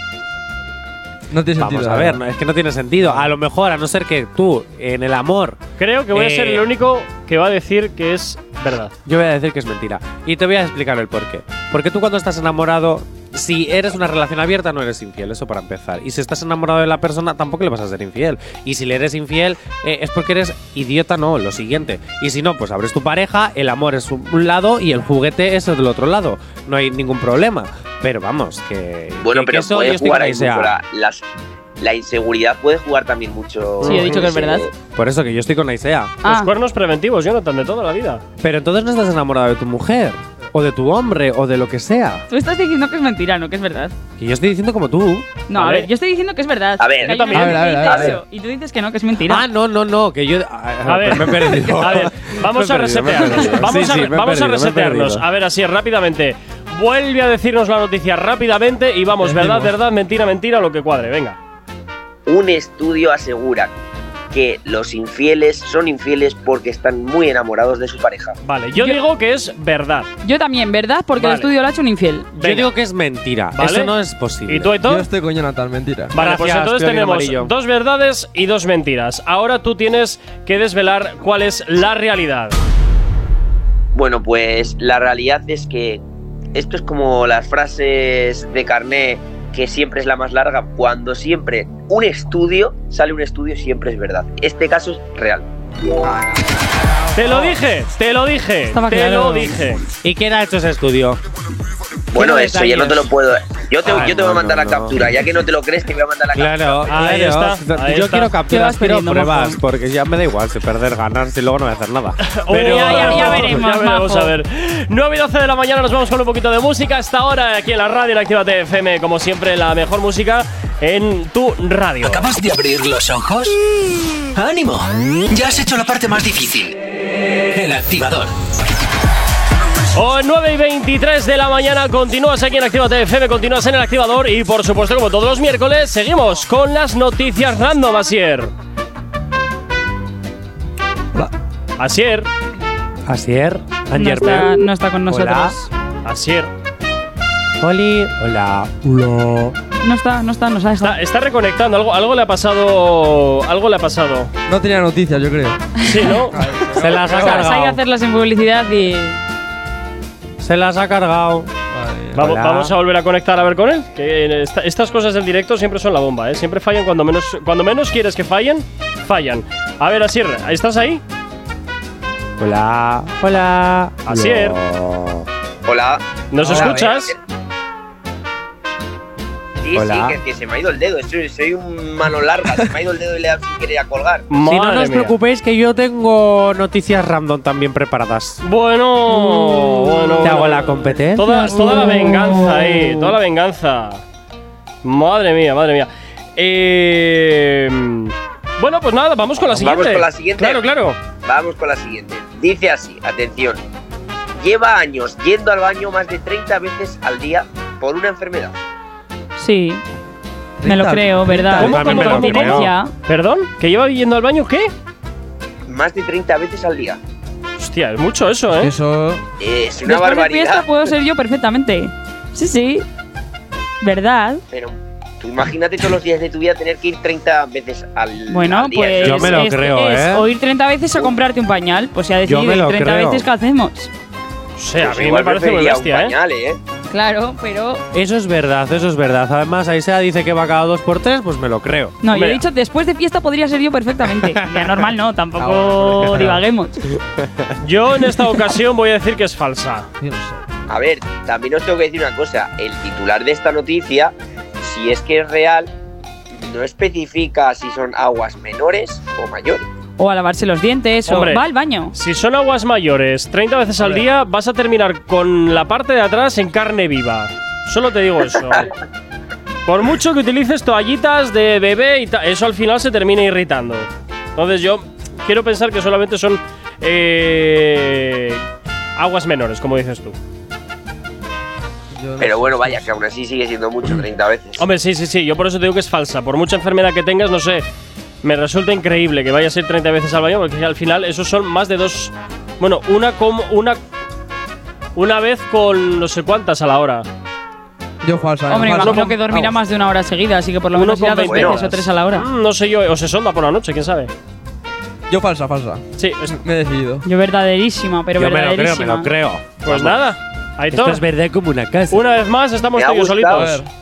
Speaker 5: No tiene
Speaker 4: Vamos
Speaker 5: sentido. ¿eh?
Speaker 4: a
Speaker 5: la
Speaker 4: ver, no,
Speaker 5: verdad.
Speaker 4: es que no tiene sentido. A lo mejor, a no ser que tú, en el amor,
Speaker 2: Creo que voy a ser
Speaker 4: Eh.
Speaker 2: el único que va a decir que es verdad.
Speaker 4: yo voy a decir que es mentira. Y te voy a explicar el por qué. Porque tú cuando estás enamorado, si eres una relación abierta, no eres infiel, eso para empezar. Y si estás enamorado de la persona, tampoco le vas a ser infiel. Y si le eres infiel, eh, es porque eres idiota, no, lo siguiente. Y si no, pues abres tu pareja, el amor es un un lado y el juguete es el del otro lado. No hay ningún problema. Pero vamos, que...
Speaker 6: Bueno,
Speaker 4: que- que
Speaker 6: pero
Speaker 4: eso yo
Speaker 6: puede
Speaker 4: estoy
Speaker 6: jugar
Speaker 4: con
Speaker 6: ahí
Speaker 4: Aisea.
Speaker 6: mucho la, las- la inseguridad puede jugar también mucho.
Speaker 3: Sí, he dicho que es
Speaker 6: Sí.
Speaker 3: verdad.
Speaker 4: Por eso que yo estoy con Aisea.
Speaker 2: Los
Speaker 3: Ah,
Speaker 2: cuernos preventivos, Jonathan, de toda la vida.
Speaker 4: Pero entonces no estás enamorado de tu mujer, o de tu hombre, o de lo que sea.
Speaker 3: tú estás diciendo que es mentira, no que es verdad.
Speaker 4: Que yo estoy diciendo como tú.
Speaker 3: No,
Speaker 2: A
Speaker 3: a
Speaker 2: ver.
Speaker 3: ver, yo estoy diciendo que es verdad.
Speaker 6: A
Speaker 3: Que
Speaker 6: ver, yo
Speaker 3: hay una
Speaker 2: también.
Speaker 3: gente
Speaker 5: A ver,
Speaker 3: que
Speaker 5: a ver,
Speaker 3: dice
Speaker 5: a ver.
Speaker 3: eso, Y tú dices que no, que es mentira.
Speaker 4: Ah, no, no, no, que yo. A
Speaker 2: ver,
Speaker 4: Ah, pues me he perdido.
Speaker 2: A ver, vamos
Speaker 4: Me
Speaker 2: a
Speaker 4: he perdido, me he
Speaker 2: resetearnos.
Speaker 4: perdido.
Speaker 2: Vamos,
Speaker 4: Sí, sí,
Speaker 2: a,
Speaker 4: me he
Speaker 2: vamos a
Speaker 4: perdido, me he
Speaker 2: resetearnos. Ah,
Speaker 4: perdido.
Speaker 2: A ver, así rápidamente. Vuelve a decirnos la noticia rápidamente y vamos, verdad,
Speaker 5: Decimos.
Speaker 2: verdad, mentira, mentira, lo que cuadre. Venga.
Speaker 6: Un estudio asegura que los infieles son infieles porque están muy enamorados de su pareja.
Speaker 2: Vale, yo,
Speaker 3: Yo-
Speaker 2: digo que es verdad.
Speaker 3: Yo también, ¿verdad? Porque
Speaker 2: Vale.
Speaker 3: el estudio lo ha hecho un infiel.
Speaker 2: Venga.
Speaker 4: Yo digo que es mentira.
Speaker 2: Vale.
Speaker 4: Eso no es posible.
Speaker 2: ¿Y tú,
Speaker 5: Yo
Speaker 2: Aitor?
Speaker 5: estoy con Jonathan, mentira.
Speaker 2: Vale, pues
Speaker 4: Gracias,
Speaker 2: entonces
Speaker 4: Piolín
Speaker 2: tenemos
Speaker 4: Amarillo.
Speaker 2: dos verdades y dos mentiras. Ahora tú tienes que desvelar cuál es la realidad.
Speaker 6: Bueno, pues la realidad es que esto es como las frases de carné que siempre es la más larga, cuando siempre un estudio, sale un estudio siempre es verdad. Este caso es real.
Speaker 2: Te lo dije, te lo dije,
Speaker 3: Oh. Estaba
Speaker 2: te
Speaker 3: claro.
Speaker 2: lo dije.
Speaker 4: ¿Y quién ha hecho ese estudio?
Speaker 6: Bueno, eso ya no te lo puedo. Yo te,
Speaker 4: Ay,
Speaker 6: yo te
Speaker 4: no,
Speaker 6: voy a mandar
Speaker 4: no, no.
Speaker 6: la captura, ya que no te lo crees, te voy a mandar la
Speaker 4: Claro,
Speaker 2: Ahí
Speaker 4: claro.
Speaker 2: está, ahí
Speaker 4: Yo
Speaker 2: está.
Speaker 4: quiero
Speaker 3: ¿Qué
Speaker 4: capturas,
Speaker 3: vas
Speaker 4: quiero
Speaker 3: pidiendo,
Speaker 4: pruebas,
Speaker 3: mojo?
Speaker 4: porque ya me da igual si perder, ganar, si luego no voy a hacer nada.
Speaker 2: Pero-
Speaker 3: Ya, ya, ya veremos,
Speaker 2: ya veremos,
Speaker 3: majo.
Speaker 2: a ver. 9 y 12 de la mañana nos vamos con un poquito de música. Hasta ahora aquí en la radio en Actívate FM, como siempre, la mejor música en tu radio.
Speaker 1: ¿Acabas de abrir los ojos? ¡Ánimo! Ya has hecho la parte más difícil. El activador.
Speaker 2: O 9 y 23 de la mañana continúas aquí en Actívate FM, continúas en el activador y por supuesto, como todos los miércoles, seguimos con las noticias random, Asier.
Speaker 5: Hola.
Speaker 2: Asier,
Speaker 4: Asier,
Speaker 3: No
Speaker 4: Anger
Speaker 3: está,
Speaker 4: Bell.
Speaker 3: no está con nosotros.
Speaker 2: Asier.
Speaker 4: Oli, hola. Hola.
Speaker 3: No está, no está, nos ha dejado.
Speaker 2: Está, está reconectando, algo, algo le ha pasado. Algo le ha pasado.
Speaker 5: No tenía noticias, yo creo.
Speaker 2: Sí, ¿no?
Speaker 4: Se las ha
Speaker 3: O sea, se ha ido a
Speaker 4: cargado.
Speaker 3: hacerlas en publicidad y.
Speaker 4: Se las ha cargado.
Speaker 2: Vamos,
Speaker 4: Hola.
Speaker 2: vamos a volver a conectar a ver con él. Que en esta- estas cosas del directo siempre son la bomba, ¿eh? Siempre fallan cuando menos, cuando menos quieres que fallen, fallan. A ver, Asier, ¿estás ahí?
Speaker 4: Hola. Hola.
Speaker 2: Asier.
Speaker 4: Hola.
Speaker 6: captura. Hola.
Speaker 2: ¿Nos
Speaker 5: Hola,
Speaker 2: escuchas?
Speaker 6: Sí,
Speaker 4: Hola.
Speaker 6: sí, que, que se me ha ido el dedo. Soy, soy un mano larga, se me ha ido el dedo y le he dado sin querer a colgar.
Speaker 4: Si
Speaker 2: Madre
Speaker 4: no, no os
Speaker 2: mía.
Speaker 4: preocupéis que yo tengo noticias random también preparadas.
Speaker 2: Bueno, bueno.
Speaker 4: Mm, Te hago
Speaker 2: bueno.
Speaker 4: la competencia. Mm.
Speaker 2: Toda, toda la venganza ahí, toda la venganza. Madre mía, madre mía. Eh, bueno, pues nada, vamos con la
Speaker 6: Vamos
Speaker 2: siguiente.
Speaker 6: con la siguiente.
Speaker 2: Claro, claro.
Speaker 6: Vamos con la siguiente. Dice así, atención. Lleva años yendo al baño más de 30 veces al día por una enfermedad.
Speaker 3: Sí. Me lo creo, ¿verdad?
Speaker 4: ¿Cómo,
Speaker 3: Como
Speaker 4: cómo, cómo, cómo?
Speaker 3: tendencia.
Speaker 2: ¿Perdón? ¿Que lleva yendo al baño qué?
Speaker 6: Más de 30 veces al día.
Speaker 2: Hostia, es mucho eso, ¿eh?
Speaker 5: Eso.
Speaker 6: Es
Speaker 3: Después
Speaker 6: una
Speaker 3: de
Speaker 6: barbaridad.
Speaker 3: fiesta pues- puedo ser yo perfectamente. Sí, sí. ¿Verdad?
Speaker 6: Pero tú imagínate todos los días de tu vida tener que ir 30 veces al,
Speaker 3: Bueno,
Speaker 6: al día.
Speaker 3: pues.
Speaker 4: Yo me lo
Speaker 3: es-
Speaker 4: creo,
Speaker 3: es
Speaker 4: ¿eh?
Speaker 3: O ir 30 veces o comprarte un pañal. Pues ya
Speaker 4: Yo me
Speaker 3: decidido
Speaker 4: lo
Speaker 3: 30
Speaker 4: creo.
Speaker 3: veces que hacemos.
Speaker 2: O sea, a
Speaker 6: Pues
Speaker 2: mí me
Speaker 6: igual
Speaker 2: parece muy
Speaker 6: preferiría un
Speaker 2: bestia, ¿eh?
Speaker 6: pañal, ¿eh?
Speaker 3: Claro, pero.
Speaker 4: Eso es verdad, eso es verdad. Además, Aisea dice que va cada dos por tres, pues me lo creo.
Speaker 3: No, yo
Speaker 2: Hombre.
Speaker 3: he dicho después de fiesta podría ser yo perfectamente. Ya normal no,
Speaker 4: Ah,
Speaker 3: tampoco divaguemos.
Speaker 2: Yo en esta ocasión voy a decir que es falsa.
Speaker 5: Yo no sé.
Speaker 6: A ver, también os tengo que decir una cosa. El titular de esta noticia, si es que es real, no especifica si son aguas menores o mayores.
Speaker 3: O a lavarse los dientes,
Speaker 2: Hombre.
Speaker 3: o va al baño.
Speaker 2: Si son aguas mayores 30 veces al día, vas a terminar con la parte de atrás en carne viva. Solo te digo eso. Por mucho que utilices toallitas de bebé y ta- eso al final se termina irritando. Entonces yo quiero pensar que solamente son eh, aguas menores, como dices tú.
Speaker 5: Yo no
Speaker 6: Pero
Speaker 5: sé.
Speaker 6: bueno, vaya, que aún así sigue siendo mucho 30 veces.
Speaker 2: Hombre, sí, sí, sí, yo por eso te digo que es falsa. Por mucha enfermedad que tengas, no sé, me resulta increíble que vayas a ir 30 veces al baño, porque al final esos son más de dos. Bueno, una como. Una, una vez con no sé cuántas a la hora.
Speaker 5: Yo falsa. ¿eh?
Speaker 3: Hombre,
Speaker 5: falsa.
Speaker 3: imagino que dormirá
Speaker 5: Vamos.
Speaker 3: más de una hora seguida, así que por lo
Speaker 2: Uno
Speaker 3: menos
Speaker 2: con
Speaker 3: irá dos
Speaker 2: 20
Speaker 3: veces
Speaker 6: horas.
Speaker 3: o tres a la hora.
Speaker 2: Mm, No sé yo, o se sonda por la noche, quién sabe.
Speaker 5: Yo falsa, falsa.
Speaker 2: Sí, es-
Speaker 5: Me he decidido.
Speaker 3: Yo verdaderísima, pero
Speaker 4: Yo me lo creo, me
Speaker 3: verdaderísima.
Speaker 4: lo creo.
Speaker 2: pues
Speaker 4: Vamos.
Speaker 2: nada.
Speaker 4: Esto
Speaker 2: Aitor,
Speaker 4: es verdad como una casa.
Speaker 2: una vez más estamos
Speaker 6: Me ha
Speaker 2: tú y yo
Speaker 6: gustado.
Speaker 2: solitos.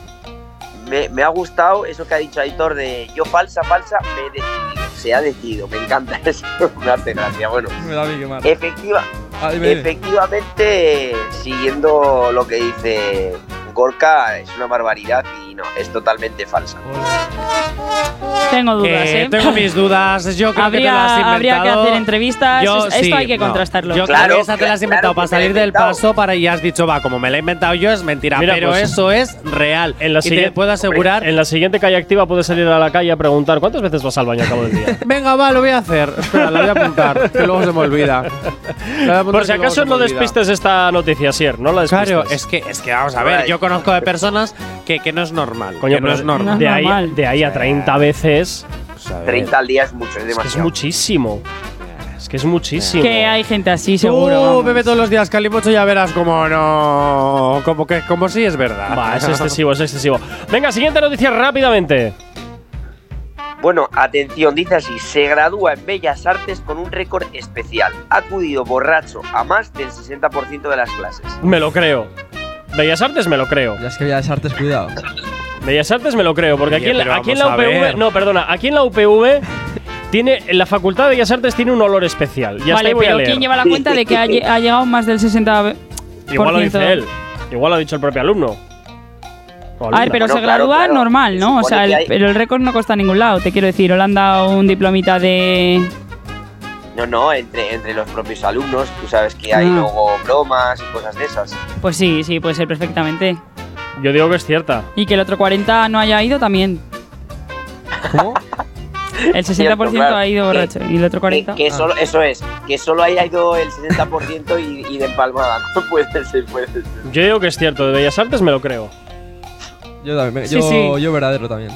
Speaker 6: Me, me ha gustado eso que ha dicho Aitor de yo falsa, falsa, me he decidido. Se ha decidido, me encanta eso. me hace gracia. Bueno,
Speaker 5: Me da a mí quemar.
Speaker 6: efectiva,
Speaker 5: Ah, dime, dime.
Speaker 6: efectivamente, siguiendo lo que dice Gorka, es una barbaridad y no, es totalmente falsa.
Speaker 3: Tengo dudas,
Speaker 4: Eh,
Speaker 3: ¿eh?
Speaker 4: Tengo mis dudas. Yo creo que te las has
Speaker 3: Habría, habría que
Speaker 4: inventado.
Speaker 3: hacer entrevistas.
Speaker 4: Yo
Speaker 3: es- esto
Speaker 4: sí,
Speaker 3: hay que
Speaker 4: no.
Speaker 3: contrastarlo.
Speaker 4: Yo
Speaker 6: Claro,
Speaker 4: creo que esa te la has
Speaker 6: claro
Speaker 4: inventado
Speaker 6: que
Speaker 4: para
Speaker 6: me la he
Speaker 4: salir del
Speaker 6: inventado.
Speaker 4: paso para y has dicho, va, como me la he inventado yo es mentira,
Speaker 2: Mira,
Speaker 4: pero
Speaker 2: pues,
Speaker 4: eso es real.
Speaker 2: en la
Speaker 4: y te
Speaker 2: siguiente-
Speaker 4: puedo asegurar.
Speaker 2: En la siguiente calle activa puedes salir a la calle a preguntar cuántas veces vas al baño al cabo del día.
Speaker 4: Venga, va, lo voy a hacer. Espera, lo voy a apuntar, que luego se me olvida. Lo voy a
Speaker 2: Por si
Speaker 4: apuntar, que luego se
Speaker 2: acaso
Speaker 4: me
Speaker 2: no
Speaker 4: olvida.
Speaker 2: despistes esta noticia, Sier, no la despistes.
Speaker 4: Claro, es que, es que vamos a ver,
Speaker 6: Ay.
Speaker 4: yo conozco de personas que, que no es normal.
Speaker 2: Coño,
Speaker 4: que no
Speaker 2: pero
Speaker 4: es normal.
Speaker 3: No es
Speaker 2: De ahí,
Speaker 3: normal.
Speaker 2: de ahí a 30 veces.
Speaker 4: a ver.
Speaker 6: 30 al día es mucho, es
Speaker 2: Es que es
Speaker 6: demasiado.
Speaker 2: muchísimo. Es que es muchísimo.
Speaker 3: Que hay gente así, seguro.
Speaker 4: Tú
Speaker 3: vamos.
Speaker 4: Uh, bebe todos los días calimocho ya verás como no. Como que como sí es verdad.
Speaker 2: Va, es excesivo, es excesivo. Venga, siguiente noticia rápidamente.
Speaker 6: Bueno, atención, dice así, se gradúa en Bellas Artes con un récord especial. Ha acudido borracho a más del 60% de las clases.
Speaker 2: Me lo creo. Bellas Artes me lo creo.
Speaker 5: Ya es que Bellas Artes, cuidado.
Speaker 2: Bellas Artes me lo creo, porque
Speaker 4: Oye,
Speaker 2: aquí, en,
Speaker 4: pero
Speaker 2: aquí en la
Speaker 4: vamos a
Speaker 2: UPV.
Speaker 4: ver.
Speaker 2: No, perdona, aquí en la UPV. Tiene, la Facultad de Bellas Artes tiene un olor especial. Ya está,
Speaker 3: vale,
Speaker 2: ahí voy a
Speaker 3: pero
Speaker 2: leer.
Speaker 3: ¿quién lleva la cuenta de que ha, lle- ha llegado más del 60%?
Speaker 2: Igual lo dice él. Igual lo ha dicho el propio alumno. O
Speaker 3: A ver,
Speaker 2: alumna.
Speaker 3: pero se
Speaker 6: Bueno, claro,
Speaker 3: gradúa
Speaker 6: claro.
Speaker 3: normal, ¿no? O
Speaker 6: Supone
Speaker 3: sea, el,
Speaker 6: que hay-
Speaker 3: pero el récord no cuesta en ningún lado, te quiero decir. Holanda un diplomita de.
Speaker 6: No, no, entre, entre los propios alumnos, tú sabes que hay
Speaker 3: Ah.
Speaker 6: luego bromas y cosas de esas.
Speaker 3: Pues sí, sí, puede ser perfectamente.
Speaker 2: Yo digo que es cierta.
Speaker 3: Y que el otro 40 no haya ido también.
Speaker 5: ¿Cómo?
Speaker 3: El 60%
Speaker 6: claro.
Speaker 3: ha ido borracho. Y el otro
Speaker 6: Que,
Speaker 3: 40.
Speaker 6: que solo, eso es, que solo haya ido el 60% y, y de empalmada. No puede ser, puede ser.
Speaker 2: Yo digo que es cierto. De Bellas Artes me lo creo.
Speaker 5: Yo también.
Speaker 3: Sí,
Speaker 5: Yo,
Speaker 3: sí.
Speaker 5: yo verdadero también.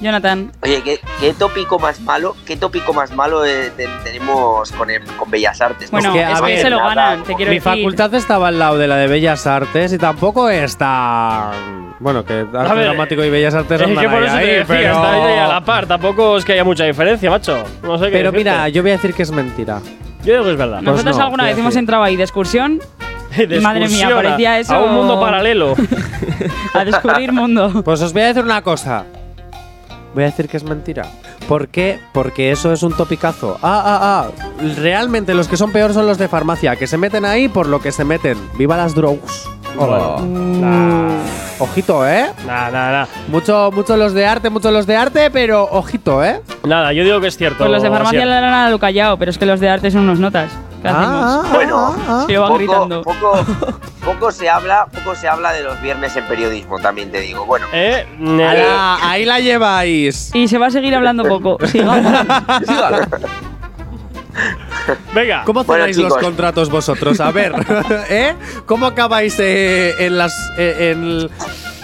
Speaker 3: Jonathan,
Speaker 6: Oye, ¿qué, qué tópico más malo, qué tópico más malo eh, te- tenemos con, el- con Bellas Artes?
Speaker 3: Bueno,
Speaker 4: es que, a ver,
Speaker 3: se lo
Speaker 6: nada,
Speaker 3: ganan, te
Speaker 6: como-
Speaker 3: quiero
Speaker 4: Mi
Speaker 3: decir.
Speaker 4: facultad estaba al lado de la de Bellas Artes y tampoco es tan. Bueno, que arte
Speaker 2: ver,
Speaker 4: dramático y Bellas Artes
Speaker 2: es
Speaker 4: andan
Speaker 2: que por
Speaker 4: ahí,
Speaker 2: eso te
Speaker 4: ahí,
Speaker 2: decía,
Speaker 4: pero.
Speaker 2: está ahí a la par. Tampoco es que haya mucha diferencia, macho. No sé qué
Speaker 4: Pero
Speaker 2: decirte.
Speaker 4: mira, yo voy a decir que es mentira.
Speaker 2: Yo digo que es verdad.
Speaker 4: No.
Speaker 3: nosotros
Speaker 4: no,
Speaker 3: alguna
Speaker 4: quiero
Speaker 3: vez hemos
Speaker 4: decir.
Speaker 3: entrado ahí de excursión
Speaker 2: De
Speaker 3: Madre mía,
Speaker 2: excursión a-
Speaker 3: parecía eso-
Speaker 2: A un mundo paralelo.
Speaker 3: a descubrir mundo.
Speaker 4: Pues os voy a decir una cosa. Voy a decir que es mentira. ¿Por qué? Porque eso es un topicazo. Ah, ah, ah. Realmente los que son peor son los de farmacia, que se meten ahí por lo que se meten. Viva las drugs.
Speaker 6: Oh.
Speaker 5: Hola.
Speaker 6: Mm.
Speaker 4: Ojito, ¿eh?
Speaker 2: Nada, nada, nada.
Speaker 4: Mucho, mucho los de arte, muchos los de arte, pero ojito, ¿eh?
Speaker 2: Nada, yo digo que es cierto.
Speaker 3: Pues los de farmacia
Speaker 2: Asier.
Speaker 3: le dan a lo callado, pero es que los de arte son unos notas. ¿Qué hacemos?
Speaker 6: Bueno,
Speaker 3: Se lo van
Speaker 6: poco,
Speaker 3: gritando.
Speaker 6: poco, poco se habla, poco se habla de los viernes en periodismo, también te digo. Bueno,
Speaker 2: Eh, nada.
Speaker 4: Ala, ahí la lleváis.
Speaker 3: Y se va a seguir hablando poco. Sigamos.
Speaker 2: Venga.
Speaker 4: ¿Cómo
Speaker 6: Bueno,
Speaker 4: cerráis los
Speaker 6: chicos.
Speaker 4: contratos vosotros? A ver, ¿eh? ¿Cómo acabáis eh, en las eh, en,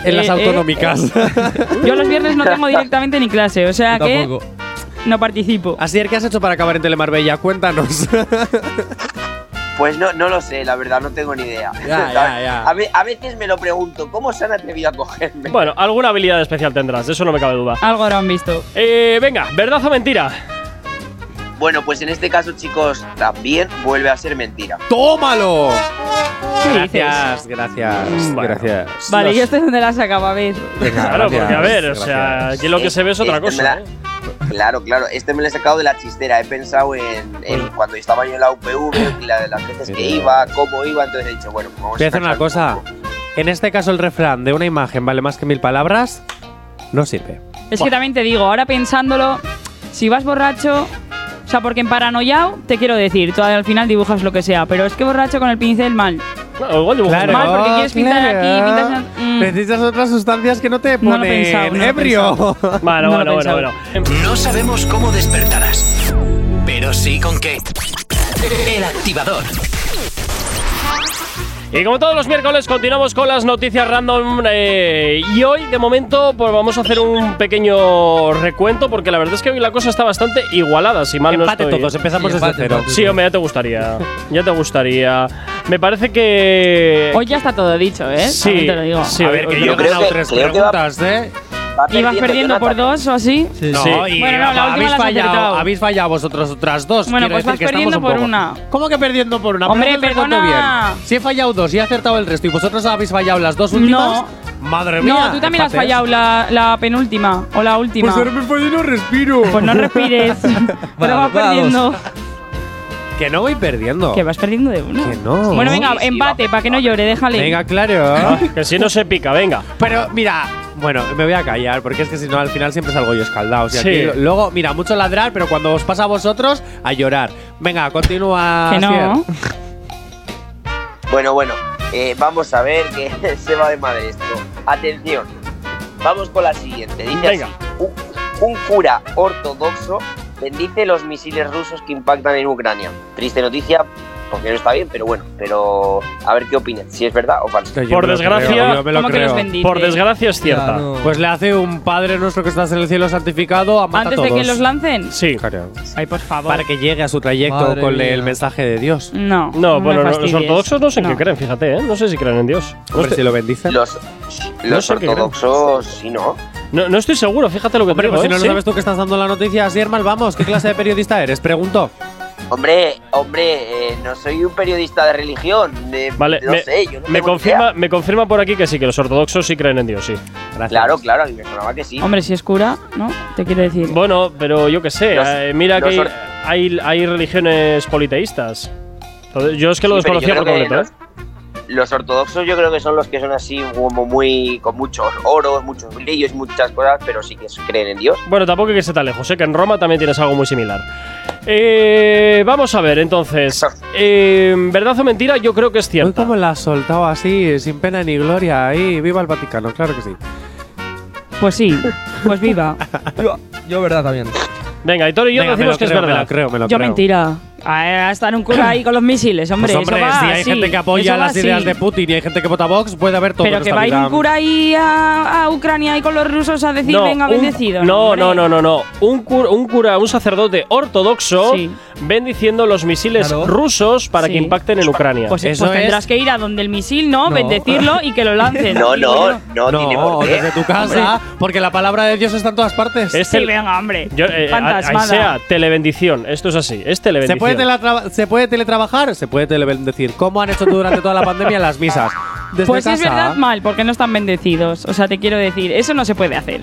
Speaker 4: en las
Speaker 3: Eh, eh,
Speaker 4: autonómicas?
Speaker 3: Yo los viernes no tengo directamente ni clase, o sea
Speaker 5: Yo
Speaker 3: que
Speaker 5: tampoco.
Speaker 3: no participo.
Speaker 4: Así es, ¿qué has hecho para acabar en Telemarbella? Cuéntanos.
Speaker 6: pues no, no lo sé, la verdad, no tengo ni idea.
Speaker 4: Ya, ya, ya.
Speaker 6: A, ve- a veces me lo pregunto, ¿cómo se han atrevido a cogerme?
Speaker 2: Bueno, alguna habilidad especial tendrás, de eso no me cabe duda.
Speaker 3: Algo habrán visto.
Speaker 2: Eh, venga, ¿verdad o mentira?
Speaker 6: Bueno, pues en este caso, chicos, también vuelve a ser mentira.
Speaker 4: ¡Tómalo!
Speaker 3: ¿Qué dices?
Speaker 4: Gracias, gracias,
Speaker 2: Bueno.
Speaker 4: gracias.
Speaker 3: Vale,
Speaker 2: Los-
Speaker 3: yo estoy donde la sacaba, a ver.
Speaker 4: Venga,
Speaker 2: claro, porque a
Speaker 4: gracias,
Speaker 2: ver, o
Speaker 4: gracias.
Speaker 2: sea, aquí lo que se ve es otra
Speaker 6: Este me
Speaker 2: cosa.
Speaker 6: la-
Speaker 2: ¿eh?
Speaker 6: Claro, claro, este me lo he sacado de la chistera. He pensado en, en
Speaker 2: Pues-
Speaker 6: cuando estaba yo en la UPV, y la de las veces que
Speaker 4: Pero-
Speaker 6: iba, cómo iba, entonces he dicho, bueno, pues vamos
Speaker 4: Voy a hacer una
Speaker 6: descansar un
Speaker 4: cosa.
Speaker 6: poco.
Speaker 4: En este caso, el refrán de una imagen vale más que mil palabras no sirve.
Speaker 3: Es que también te digo, ahora pensándolo, si vas borracho, o sea, porque en paranoiao te quiero decir, tú al final dibujas lo que sea, pero es que borracho con el pincel mal.
Speaker 2: No, igual dibujo
Speaker 3: Claro.
Speaker 2: mal.
Speaker 3: Mal, porque quieres pintar aquí, pintas en- mm.
Speaker 4: Precisas otras sustancias que no te
Speaker 3: No lo he
Speaker 4: ponen
Speaker 3: pensado, no lo he
Speaker 4: ebrio.
Speaker 2: Bueno,
Speaker 3: No lo
Speaker 2: bueno,
Speaker 3: he
Speaker 2: bueno,
Speaker 3: pensado.
Speaker 2: bueno.
Speaker 1: No sabemos cómo despertarás, pero sí con qué. El activador.
Speaker 2: Y como todos los miércoles, continuamos con las noticias random. eh, y hoy, de momento, pues vamos a hacer un pequeño recuento, porque la verdad es que hoy la cosa está bastante igualada, si mal
Speaker 4: Empate
Speaker 2: no estoy.
Speaker 4: todos, empezamos
Speaker 5: Sí,
Speaker 4: desde
Speaker 5: empate,
Speaker 4: cero.
Speaker 5: empate.
Speaker 2: Sí, hombre, ya te gustaría. Ya te gustaría. Me parece
Speaker 4: Eh,
Speaker 2: que.
Speaker 3: Hoy ya está todo dicho, ¿eh?
Speaker 2: Sí,
Speaker 3: También te lo digo.
Speaker 2: sí.
Speaker 4: A ver, que
Speaker 2: Yo
Speaker 4: yo he
Speaker 6: creo
Speaker 4: ganado
Speaker 6: que-
Speaker 4: tres
Speaker 6: creo que va-
Speaker 4: preguntas, ¿eh?
Speaker 6: Va
Speaker 3: ¿Ibas perdiendo por
Speaker 6: Jonathan.
Speaker 3: dos o así?
Speaker 5: Sí,
Speaker 4: No,
Speaker 5: sí.
Speaker 4: y
Speaker 3: Bueno, no, la última
Speaker 4: habéis
Speaker 3: la has
Speaker 4: fallado,
Speaker 3: acertado.
Speaker 4: habéis fallado vosotros otras dos.
Speaker 3: Bueno,
Speaker 4: Quiero
Speaker 3: pues
Speaker 4: decir
Speaker 3: vas
Speaker 4: que estamos
Speaker 3: perdiendo
Speaker 4: un
Speaker 3: por
Speaker 4: poco-
Speaker 3: una.
Speaker 4: ¿Cómo que perdiendo por una?
Speaker 3: Hombre,
Speaker 4: Pero no recuerdo
Speaker 3: perdona.
Speaker 4: bien. Si he fallado dos y he acertado el resto y vosotros habéis fallado las dos últimas. Madre mía. ¿eh?
Speaker 3: No, tú también has
Speaker 4: empates.
Speaker 3: fallado la, la penúltima o la última.
Speaker 4: me fallo y no respiro.
Speaker 3: Pues no respires. Pero vas
Speaker 5: Vamos,
Speaker 3: perdiendo.
Speaker 4: Que no voy perdiendo.
Speaker 3: Que vas perdiendo de uno.
Speaker 4: Que no.
Speaker 3: Bueno,
Speaker 6: Sí,
Speaker 3: venga,
Speaker 6: sí,
Speaker 3: empate,
Speaker 6: vamos,
Speaker 3: para que no llore, déjale.
Speaker 4: Venga, claro.
Speaker 2: Que si no se pica, venga.
Speaker 4: Pero mira, bueno, me voy a callar porque es que si no al final siempre salgo yo escaldado. O sea,
Speaker 2: Sí.
Speaker 4: que luego, mira, mucho ladrar, pero cuando os pasa a vosotros, a llorar. Venga, continúa.
Speaker 3: que no.
Speaker 4: Asier.
Speaker 6: Bueno, bueno, eh, vamos a ver que se va de madre esto. Atención, vamos con la siguiente. Dice
Speaker 2: Venga.
Speaker 6: así: un, un cura ortodoxo bendice los misiles rusos que impactan en Ucrania. Triste noticia porque no está bien, pero bueno, pero a ver qué opinan, si es verdad o falso.
Speaker 4: Yo me
Speaker 2: Por
Speaker 4: lo
Speaker 2: desgracia-
Speaker 4: creo, yo me lo
Speaker 3: Como que nos
Speaker 4: creo.
Speaker 3: bendice.
Speaker 2: Por desgracia es cierta.
Speaker 5: Ya, Ah, no.
Speaker 4: Pues le hace un Padre nuestro que estás en el cielo santificado a matar
Speaker 3: Antes de que los lancen.
Speaker 2: Sí.
Speaker 4: Claro.
Speaker 3: Ay, por favor.
Speaker 4: Para que llegue a su trayecto
Speaker 5: Madre
Speaker 4: con
Speaker 5: mía.
Speaker 4: el mensaje de Dios.
Speaker 3: No.
Speaker 2: No,
Speaker 3: me
Speaker 2: bueno, no- los
Speaker 3: fastidies.
Speaker 2: ortodoxos no sé en qué creen, fíjate, ¿eh? No sé si creen en Dios. No,
Speaker 4: Hombre,
Speaker 2: estoy,
Speaker 4: si lo bendicen.
Speaker 6: Los,
Speaker 2: No
Speaker 6: los
Speaker 2: sé qué creen.
Speaker 6: ortodoxos, sí, ¿no?
Speaker 2: no- no estoy seguro, fíjate lo que
Speaker 4: Hombre,
Speaker 2: creo,
Speaker 4: pues si
Speaker 2: ¿eh?
Speaker 4: no lo
Speaker 2: Sí.
Speaker 4: sabes tú que estás dando la noticia, así, hermano, vamos, ¿qué clase de periodista eres? Pregunto.
Speaker 6: Hombre, hombre, eh, no soy un periodista de religión. de-
Speaker 2: Vale,
Speaker 6: no
Speaker 2: me,
Speaker 6: sé, yo no
Speaker 2: me
Speaker 6: tengo ni
Speaker 2: confirma,
Speaker 6: idea.
Speaker 2: me confirma por aquí que sí, que los ortodoxos sí creen en Dios, sí.
Speaker 4: Gracias.
Speaker 6: Claro, claro, a mí me sonaba que sí.
Speaker 3: Hombre, si es cura, ¿no? Te quiero decir.
Speaker 2: Bueno, pero yo qué sé,
Speaker 6: Los-
Speaker 2: eh, mira
Speaker 6: los
Speaker 2: que
Speaker 6: or-
Speaker 2: hay, hay religiones politeístas. Entonces, Yo es que lo
Speaker 6: Sí, pero yo
Speaker 2: desconocía por
Speaker 6: creo que
Speaker 2: completo, ¿eh?
Speaker 6: Los, los ortodoxos yo creo que son los que son así como muy con muchos oros, muchos brillos, muchas cosas, pero sí que creen en Dios.
Speaker 2: ¿eh? Bueno, tampoco hay que ser tan lejos, sé que en Roma también tienes algo muy similar. Eh, vamos a ver, entonces. Eh, ¿Verdad o mentira? Yo creo que es
Speaker 4: Hoy
Speaker 2: cierta.
Speaker 4: como la has soltado así, sin pena ni gloria, ahí, viva el Vaticano, claro que sí.
Speaker 3: Pues sí, pues viva.
Speaker 5: Yo, yo verdad también.
Speaker 2: Venga, Hitor y yo
Speaker 4: Venga, me
Speaker 2: decimos
Speaker 4: lo
Speaker 2: que
Speaker 4: creo,
Speaker 2: es
Speaker 4: Me
Speaker 2: verdad.
Speaker 4: lo creo, me lo
Speaker 3: Yo
Speaker 4: creo.
Speaker 3: mentira. A estar un cura ahí con los misiles, hombre.
Speaker 4: Pues hombre,
Speaker 3: eso va
Speaker 4: si hay
Speaker 3: así,
Speaker 4: gente que
Speaker 3: eso
Speaker 4: apoya
Speaker 3: va
Speaker 4: las ideas
Speaker 3: así.
Speaker 4: de Putin y hay gente que vota Vox, puede haber todo.
Speaker 3: Pero
Speaker 4: en
Speaker 3: que
Speaker 4: esta
Speaker 3: va a ir
Speaker 4: vida.
Speaker 3: un cura ahí a, a Ucrania y con los rusos a decir, venga,
Speaker 2: un-
Speaker 3: bendecido.
Speaker 2: No,
Speaker 3: hombre.
Speaker 2: no, no, no, no. Un, cur- un cura, un sacerdote ortodoxo
Speaker 3: Sí.
Speaker 2: bendiciendo los misiles
Speaker 5: Claro.
Speaker 2: rusos para
Speaker 3: Sí.
Speaker 2: que impacten en Ucrania.
Speaker 3: Pues,
Speaker 4: Eso
Speaker 3: pues tendrás
Speaker 4: es-
Speaker 3: que ir a donde el misil, ¿no?
Speaker 5: No.
Speaker 3: Bendecirlo y que lo lancen.
Speaker 6: No,
Speaker 3: Y
Speaker 6: no,
Speaker 3: bueno,
Speaker 6: no, tiene
Speaker 4: No,
Speaker 6: por qué.
Speaker 4: desde tu casa, porque la palabra de Dios está en todas partes.
Speaker 2: es
Speaker 3: Sí,
Speaker 2: el-
Speaker 3: venga, hombre.
Speaker 2: yo, eh, a-
Speaker 3: fantasmada.
Speaker 2: ahí sea, telebendición. Esto es así, es
Speaker 4: ¿Se
Speaker 2: telebendición.
Speaker 4: puede, teletrava- ¿Se puede teletrabajar? Se puede telebendecir. ¿Cómo han hecho durante toda la pandemia las misas? Desde
Speaker 3: Pues
Speaker 4: casa.
Speaker 3: es verdad mal, porque no están bendecidos. O sea, te quiero decir, eso no se puede hacer.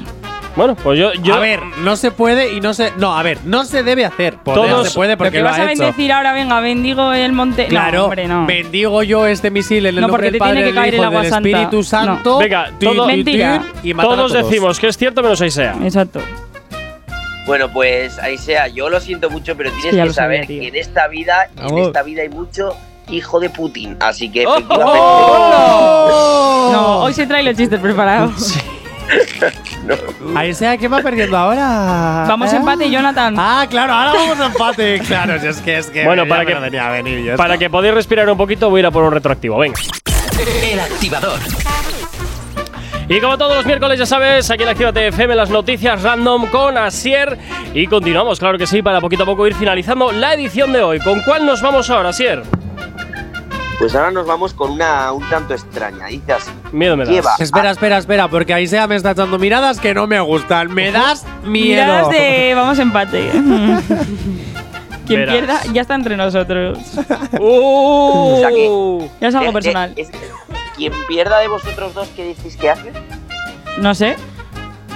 Speaker 2: bueno, pues yo, yo
Speaker 4: A ver, no se puede y no se. No, a ver, no se debe hacer. Por
Speaker 2: Todos-
Speaker 4: Dios, se puede porque
Speaker 3: Porque
Speaker 4: lo
Speaker 3: vas a
Speaker 4: ha hecho.
Speaker 3: bendecir ahora, venga, bendigo el monte.
Speaker 4: Claro,
Speaker 3: no, hombre, no.
Speaker 4: bendigo yo este misil en el
Speaker 3: No,
Speaker 4: nombre
Speaker 3: porque
Speaker 4: del
Speaker 3: te tiene
Speaker 4: Padre,
Speaker 3: que
Speaker 4: del
Speaker 3: caer el
Speaker 4: Hijo,
Speaker 3: agua
Speaker 4: del
Speaker 3: santa.
Speaker 4: Espíritu
Speaker 3: No.
Speaker 4: Santo.
Speaker 2: Venga,
Speaker 4: Ti,
Speaker 2: todo-
Speaker 4: ti, ti,
Speaker 3: Mentira.
Speaker 4: y matar a
Speaker 2: todos decimos que es cierto menos ahí sea.
Speaker 3: Exacto.
Speaker 6: Bueno, pues ahí sea, yo lo siento mucho, pero tienes
Speaker 3: ya
Speaker 6: que
Speaker 3: lo sabía,
Speaker 6: saber
Speaker 3: tío.
Speaker 6: que en esta vida, en
Speaker 5: Vamos.
Speaker 6: esta vida hay mucho hijo de Putin, así que
Speaker 2: ¡Oh!
Speaker 6: efectivamente
Speaker 4: oh!
Speaker 3: No, hoy se trae los chistes preparados.
Speaker 4: Ahí sea, ¿quién va perdiendo ahora?
Speaker 3: Vamos
Speaker 4: ¿Eh?
Speaker 3: empate, Jonathan.
Speaker 4: Ah, claro, ahora vamos a empate. claro, si es que es que.
Speaker 2: Bueno,
Speaker 4: ya
Speaker 2: para
Speaker 4: me
Speaker 2: que-
Speaker 4: lo tenía a venir yo.
Speaker 2: Para que podáis respirar un poquito, voy a ir a por un retroactivo. Venga.
Speaker 1: El activador.
Speaker 2: Y como todos los miércoles, ya sabes, aquí en Actívate FM las noticias random con Asier. Y continuamos, claro que sí, para poquito a poco ir finalizando la edición de hoy. ¿Con cuál nos vamos ahora, Asier?
Speaker 6: Pues ahora nos vamos con una un tanto extraña. Dice así.
Speaker 2: Miedo me das.
Speaker 6: Lleva.
Speaker 4: Espera, espera, espera, porque ahí sea me está echando miradas que no me gustan. Me das miedo.
Speaker 3: Miradas de vamos empate. Quien
Speaker 2: Verás.
Speaker 3: pierda ya está entre nosotros.
Speaker 2: ¡Uh!
Speaker 6: Saqué.
Speaker 3: Ya es
Speaker 6: Eh,
Speaker 3: algo
Speaker 6: eh,
Speaker 3: personal.
Speaker 6: es- quien pierda de vosotros dos, ¿qué decís que hace? eh.
Speaker 3: No sé.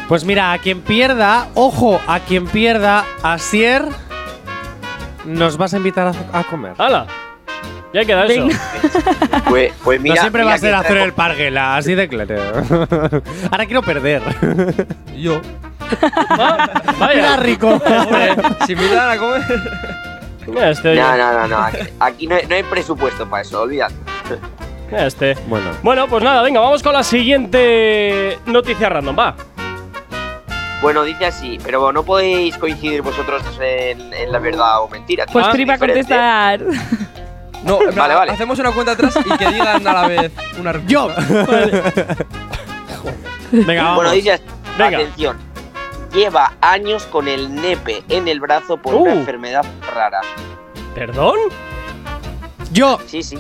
Speaker 4: Pues mira, a quien pierda, ojo, a quien pierda, Asier, nos vas a invitar a, a comer.
Speaker 2: ¡Hala! Ya queda eso.
Speaker 3: Venga.
Speaker 6: Pues, pues mira.
Speaker 4: no siempre
Speaker 6: mira
Speaker 4: va a ser
Speaker 6: que
Speaker 4: hacer
Speaker 6: traigo-
Speaker 4: el parguela, así de claro. Ahora quiero perder.
Speaker 5: Yo.
Speaker 2: Ah,
Speaker 4: Mira,
Speaker 2: Vaya.
Speaker 4: rico.
Speaker 5: Si me dan a comer.
Speaker 2: Mira este, oye.
Speaker 6: No, no, no, no. Aquí, aquí no, hay, no hay presupuesto para eso, olvídate.
Speaker 2: Mira este.
Speaker 4: bueno.
Speaker 2: Bueno, pues nada, venga, vamos con la siguiente noticia random, va.
Speaker 6: Bueno, dice así, pero no podéis coincidir vosotros en, en la verdad o mentira.
Speaker 3: Pues
Speaker 6: Ah,
Speaker 3: Tripa a
Speaker 6: diferente.
Speaker 3: contestar.
Speaker 5: No, en plan,
Speaker 6: Vale, vale.
Speaker 5: Hacemos una cuenta atrás y que digan a la vez una
Speaker 4: Yo. Venga, vamos.
Speaker 6: Bueno, dice así.
Speaker 2: Venga.
Speaker 6: Atención. Lleva años con el nepe en el brazo por una
Speaker 2: Uh.
Speaker 6: enfermedad rara.
Speaker 2: ¿Perdón?
Speaker 4: yo.
Speaker 6: Sí, sí.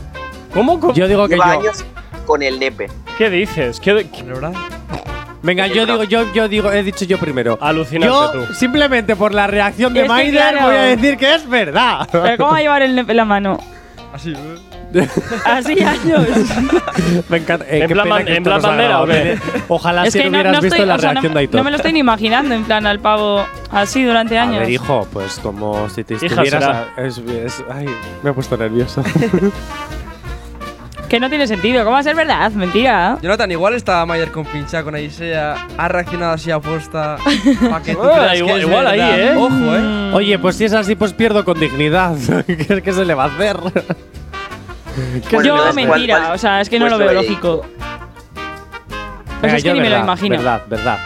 Speaker 2: ¿Cómo? cómo?
Speaker 4: Yo digo que
Speaker 6: Lleva
Speaker 4: yo.
Speaker 6: años con el nepe.
Speaker 2: ¿Qué dices? ¿Qué, qué-
Speaker 5: ¿Verdad?
Speaker 4: Venga, yo digo, yo, yo digo, he dicho yo primero. Yo,
Speaker 2: Alucinante tú.
Speaker 4: simplemente por la reacción de
Speaker 3: Es que
Speaker 4: Maider,
Speaker 3: claro.
Speaker 4: voy a decir que es verdad.
Speaker 3: ¿Pero cómo va a llevar el nepe en la mano?
Speaker 5: Así. ¿eh?
Speaker 3: Así años.
Speaker 4: Me encanta. eh,
Speaker 2: ¿En
Speaker 4: qué
Speaker 2: plan
Speaker 4: pena
Speaker 2: ban-
Speaker 4: que
Speaker 2: en
Speaker 4: esto
Speaker 2: plan
Speaker 4: no se ha
Speaker 2: bandera o qué?
Speaker 4: grabado. Ojalá
Speaker 3: es
Speaker 4: si
Speaker 3: que no,
Speaker 4: hubieras
Speaker 3: no
Speaker 4: visto
Speaker 3: estoy,
Speaker 4: la
Speaker 3: o sea, no,
Speaker 4: reacción de Aitor.
Speaker 3: no me lo estoy ni imaginando en plan al pavo así durante
Speaker 4: A
Speaker 3: años.
Speaker 4: ver, hijo, pues como si te
Speaker 2: Hija
Speaker 4: estuvieras.
Speaker 2: será.
Speaker 4: a- es- es- ay, me he puesto nervioso.
Speaker 3: Que no tiene sentido. ¿Cómo va a ser verdad? Mentira.
Speaker 5: Jonathan, igual está Mayer con pincha con Aisea. Ha reaccionado así a posta. Pa' que tú
Speaker 2: Ah,
Speaker 5: creas que
Speaker 2: igual-
Speaker 5: es
Speaker 2: igual ahí,
Speaker 5: verdad.
Speaker 2: ¿eh?
Speaker 5: Ojo, eh.
Speaker 3: Mm.
Speaker 4: Oye, pues si es así, pues pierdo con dignidad. ¿Qué, qué se le va a hacer?
Speaker 3: Pues
Speaker 6: Bueno,
Speaker 3: yo,
Speaker 6: entonces, ¿cuál-
Speaker 3: mentira.
Speaker 6: cuál
Speaker 3: o sea, es que no lo
Speaker 6: vuestro
Speaker 3: veo
Speaker 6: veredicto?
Speaker 3: lógico. Pues
Speaker 4: Venga,
Speaker 3: es que
Speaker 4: yo
Speaker 3: ni me lo
Speaker 4: verdad,
Speaker 3: imagino.
Speaker 4: Verdad, verdad.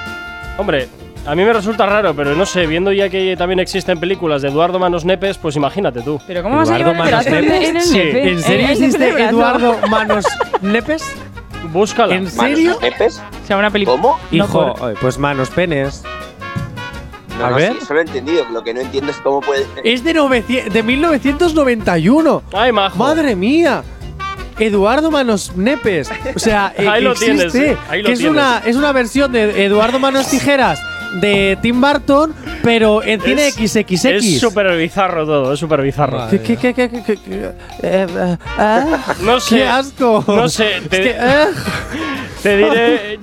Speaker 2: Hombre, A mí me resulta raro, pero no sé, viendo ya que también existen películas de Eduardo Manos Nepes, pues imagínate tú.
Speaker 3: Pero ¿cómo vas a
Speaker 4: Eduardo
Speaker 3: llevar el brazo en
Speaker 4: Manos
Speaker 3: en el
Speaker 2: Sí,
Speaker 3: nepe?
Speaker 4: ¿En serio
Speaker 3: Eh, eh,
Speaker 4: existe
Speaker 3: el brazo.
Speaker 4: Eduardo Manos Nepes?
Speaker 2: Búscala.
Speaker 4: ¿En
Speaker 6: ¿Manos
Speaker 4: serio?
Speaker 6: nepes?
Speaker 3: O sea, una película.
Speaker 6: ¿Cómo?
Speaker 3: No,
Speaker 4: Hijo, oye, pues manos, penes.
Speaker 6: No,
Speaker 4: A
Speaker 6: no,
Speaker 4: ver. Eh.
Speaker 6: sí, eso lo he entendido. Lo que no entiendo es cómo puede.
Speaker 4: Es de, 900 de 1991.
Speaker 2: Ay, majo.
Speaker 4: Madre mía. Eduardo Manos Nepes. O sea, eh,
Speaker 2: Ahí
Speaker 4: que
Speaker 2: lo tienes,
Speaker 4: existe,
Speaker 2: eh, ahí lo
Speaker 4: que es
Speaker 2: tienes.
Speaker 4: una, es una versión de Eduardo Manos Tijeras de Tim Burton, pero en cine
Speaker 2: Es-
Speaker 4: XXX.
Speaker 2: Es súper bizarro todo, es súper bizarro.
Speaker 5: Vale.
Speaker 4: ¿Qué, qué, qué, qué, qué, qué, qué? Eh, eh, ah,
Speaker 2: No sé.
Speaker 4: ¡Qué asco!
Speaker 2: No sé,
Speaker 4: Es
Speaker 2: te-
Speaker 4: que, eh.
Speaker 2: Te diré.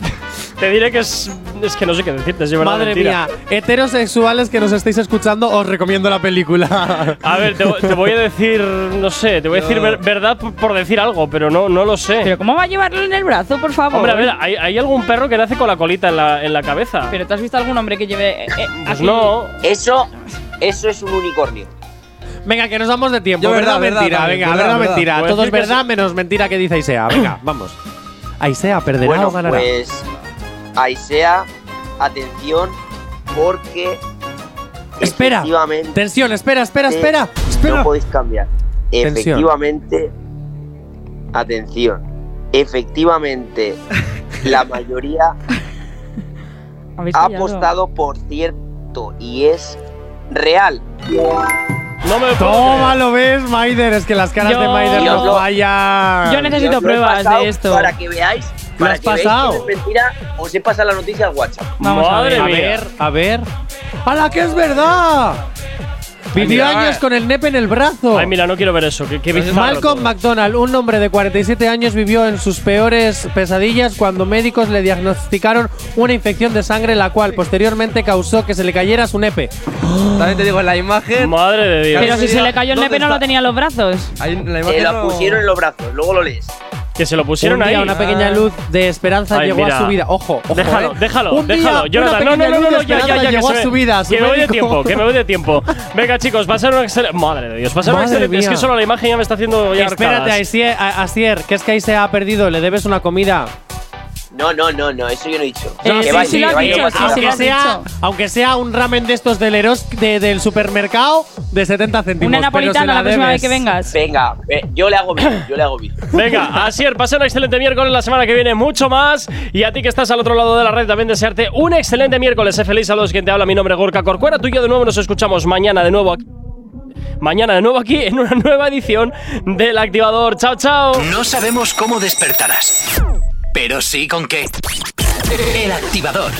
Speaker 2: Te diré que es. Es que no sé qué decirte, es de verdad.
Speaker 4: Madre
Speaker 2: mentira.
Speaker 4: mía, heterosexuales que nos estáis escuchando, os recomiendo la película.
Speaker 2: A ver, te, te voy a decir. No sé, te voy a decir ver- verdad por, por decir algo, pero no, no lo sé.
Speaker 3: Pero ¿cómo va a llevarlo en el brazo, por favor?
Speaker 2: Hombre, a ver, hay, hay algún perro que nace con la colita en la, en la cabeza.
Speaker 3: Pero ¿tú has visto algún hombre que lleve eh, eh,
Speaker 2: pues
Speaker 3: así?
Speaker 2: no.
Speaker 6: Eso, eso es un unicornio.
Speaker 4: venga, que nos damos de tiempo.
Speaker 5: Yo,
Speaker 4: verdad,
Speaker 5: verdad, verdad,
Speaker 4: mentira,
Speaker 5: también,
Speaker 4: venga,
Speaker 5: verdad,
Speaker 4: verdad,
Speaker 5: verdad.
Speaker 4: mentira.
Speaker 2: Puedo
Speaker 4: Todo es
Speaker 2: decir que
Speaker 4: verdad
Speaker 2: sí.
Speaker 4: menos mentira que dice Aisea. Venga, vamos. Aisea perderá
Speaker 6: Bueno,
Speaker 4: o ganará.
Speaker 6: pues Aisea, atención, porque
Speaker 4: Espera.
Speaker 6: efectivamente
Speaker 4: Tensión, espera, espera, espera. Espera.
Speaker 6: eh, no podéis cambiar.
Speaker 4: Tensión.
Speaker 6: Efectivamente, atención, efectivamente la mayoría
Speaker 3: ¿Habéis
Speaker 6: ha
Speaker 3: pillado?
Speaker 6: apostado por cierto y es real.
Speaker 2: No me lo puedo
Speaker 4: Toma, lo ves, Maider. Es que las caras
Speaker 3: Yo-
Speaker 4: de Maider
Speaker 6: Yo
Speaker 4: no
Speaker 6: lo-
Speaker 4: vayan.
Speaker 3: Yo necesito
Speaker 6: Yo os lo he
Speaker 3: pruebas de
Speaker 6: pasado
Speaker 3: esto.
Speaker 6: Para que veáis, para
Speaker 4: has
Speaker 6: que veáis que
Speaker 4: pasado?
Speaker 6: no es mentira, os he pasado la noticia al WhatsApp.
Speaker 3: Vamos a
Speaker 2: Madre
Speaker 3: ver.
Speaker 4: A
Speaker 2: mía.
Speaker 4: ver, a ver. ¡A la que es verdad! Vivió
Speaker 2: mira,
Speaker 4: años
Speaker 2: eh.
Speaker 4: con el nepe en el brazo.
Speaker 2: creer. Ay, mira, no quiero ver eso. Qué, qué bizarro
Speaker 4: Oh. Malcolm
Speaker 2: todo.
Speaker 4: McDonald, un hombre de 47 años, vivió en sus peores pesadillas cuando médicos le diagnosticaron una infección de sangre, la cual posteriormente causó que se le cayera su nepe.
Speaker 2: Mm.
Speaker 5: También te digo, en la imagen.
Speaker 2: Madre de Dios.
Speaker 3: Pero si se le cayó el
Speaker 5: ¿Dónde
Speaker 3: nepe no
Speaker 5: está?
Speaker 3: lo tenía en los brazos.
Speaker 5: ahí en la
Speaker 6: Te
Speaker 5: imagen
Speaker 6: Eh, la
Speaker 5: no-
Speaker 6: pusieron en los brazos, luego lo lees.
Speaker 2: Que se lo pusieron
Speaker 4: un día
Speaker 2: ahí.
Speaker 4: una pequeña
Speaker 5: Ah.
Speaker 4: luz de esperanza
Speaker 2: Ay,
Speaker 4: llegó
Speaker 2: mira.
Speaker 4: a su vida. Ojo, ojo.
Speaker 2: déjalo,
Speaker 4: eh.
Speaker 2: déjalo,
Speaker 4: Un día,
Speaker 2: déjalo.
Speaker 4: una
Speaker 2: Jonathan, no, no,
Speaker 4: pequeña
Speaker 2: no, no,
Speaker 4: luz
Speaker 2: no,
Speaker 4: de
Speaker 2: ya, ya, ya,
Speaker 4: esperanza
Speaker 2: que
Speaker 4: llegó
Speaker 2: se
Speaker 4: a
Speaker 2: me-
Speaker 4: su vida. a su
Speaker 2: que me voy de
Speaker 4: médico.
Speaker 2: tiempo, que me voy de tiempo. Venga, chicos, pasar un excelente. Madre de Dios, pasar un
Speaker 4: Madre
Speaker 2: excelente. Es
Speaker 4: mía.
Speaker 2: que solo la imagen ya me está haciendo ya
Speaker 4: Espérate,
Speaker 2: arcadas.
Speaker 4: Asier, a- Asier, que es que ahí se ha perdido, le debes una comida.
Speaker 6: No, no, no, no, eso yo no he dicho.
Speaker 3: Eh,
Speaker 6: Que
Speaker 3: sí,
Speaker 6: vaya,
Speaker 3: sí lo
Speaker 6: que
Speaker 3: has
Speaker 6: vaya
Speaker 3: dicho,
Speaker 6: por
Speaker 3: sí,
Speaker 6: la-
Speaker 3: sí lo
Speaker 4: aunque,
Speaker 3: has
Speaker 4: sea,
Speaker 3: dicho.
Speaker 4: aunque sea un ramen de estos del Eros- de- del supermercado de 70 céntimos.
Speaker 3: Una
Speaker 4: pero se
Speaker 3: napolitana la próxima vez
Speaker 4: debes.
Speaker 3: que vengas.
Speaker 6: Venga, eh, yo le hago bien, yo le hago bien.
Speaker 2: Venga, Asier, pasa un excelente miércoles la semana que viene, mucho más. Y a ti que estás al otro lado de la red, también desearte un excelente miércoles. Sé feliz a los que te habla. Mi nombre es Gorka Corcuera. Tú y yo de nuevo nos escuchamos mañana de nuevo aquí. Mañana de nuevo aquí en una nueva edición del Activador. Chao, chao.
Speaker 1: No sabemos cómo despertarás, pero sí con qué. El activador.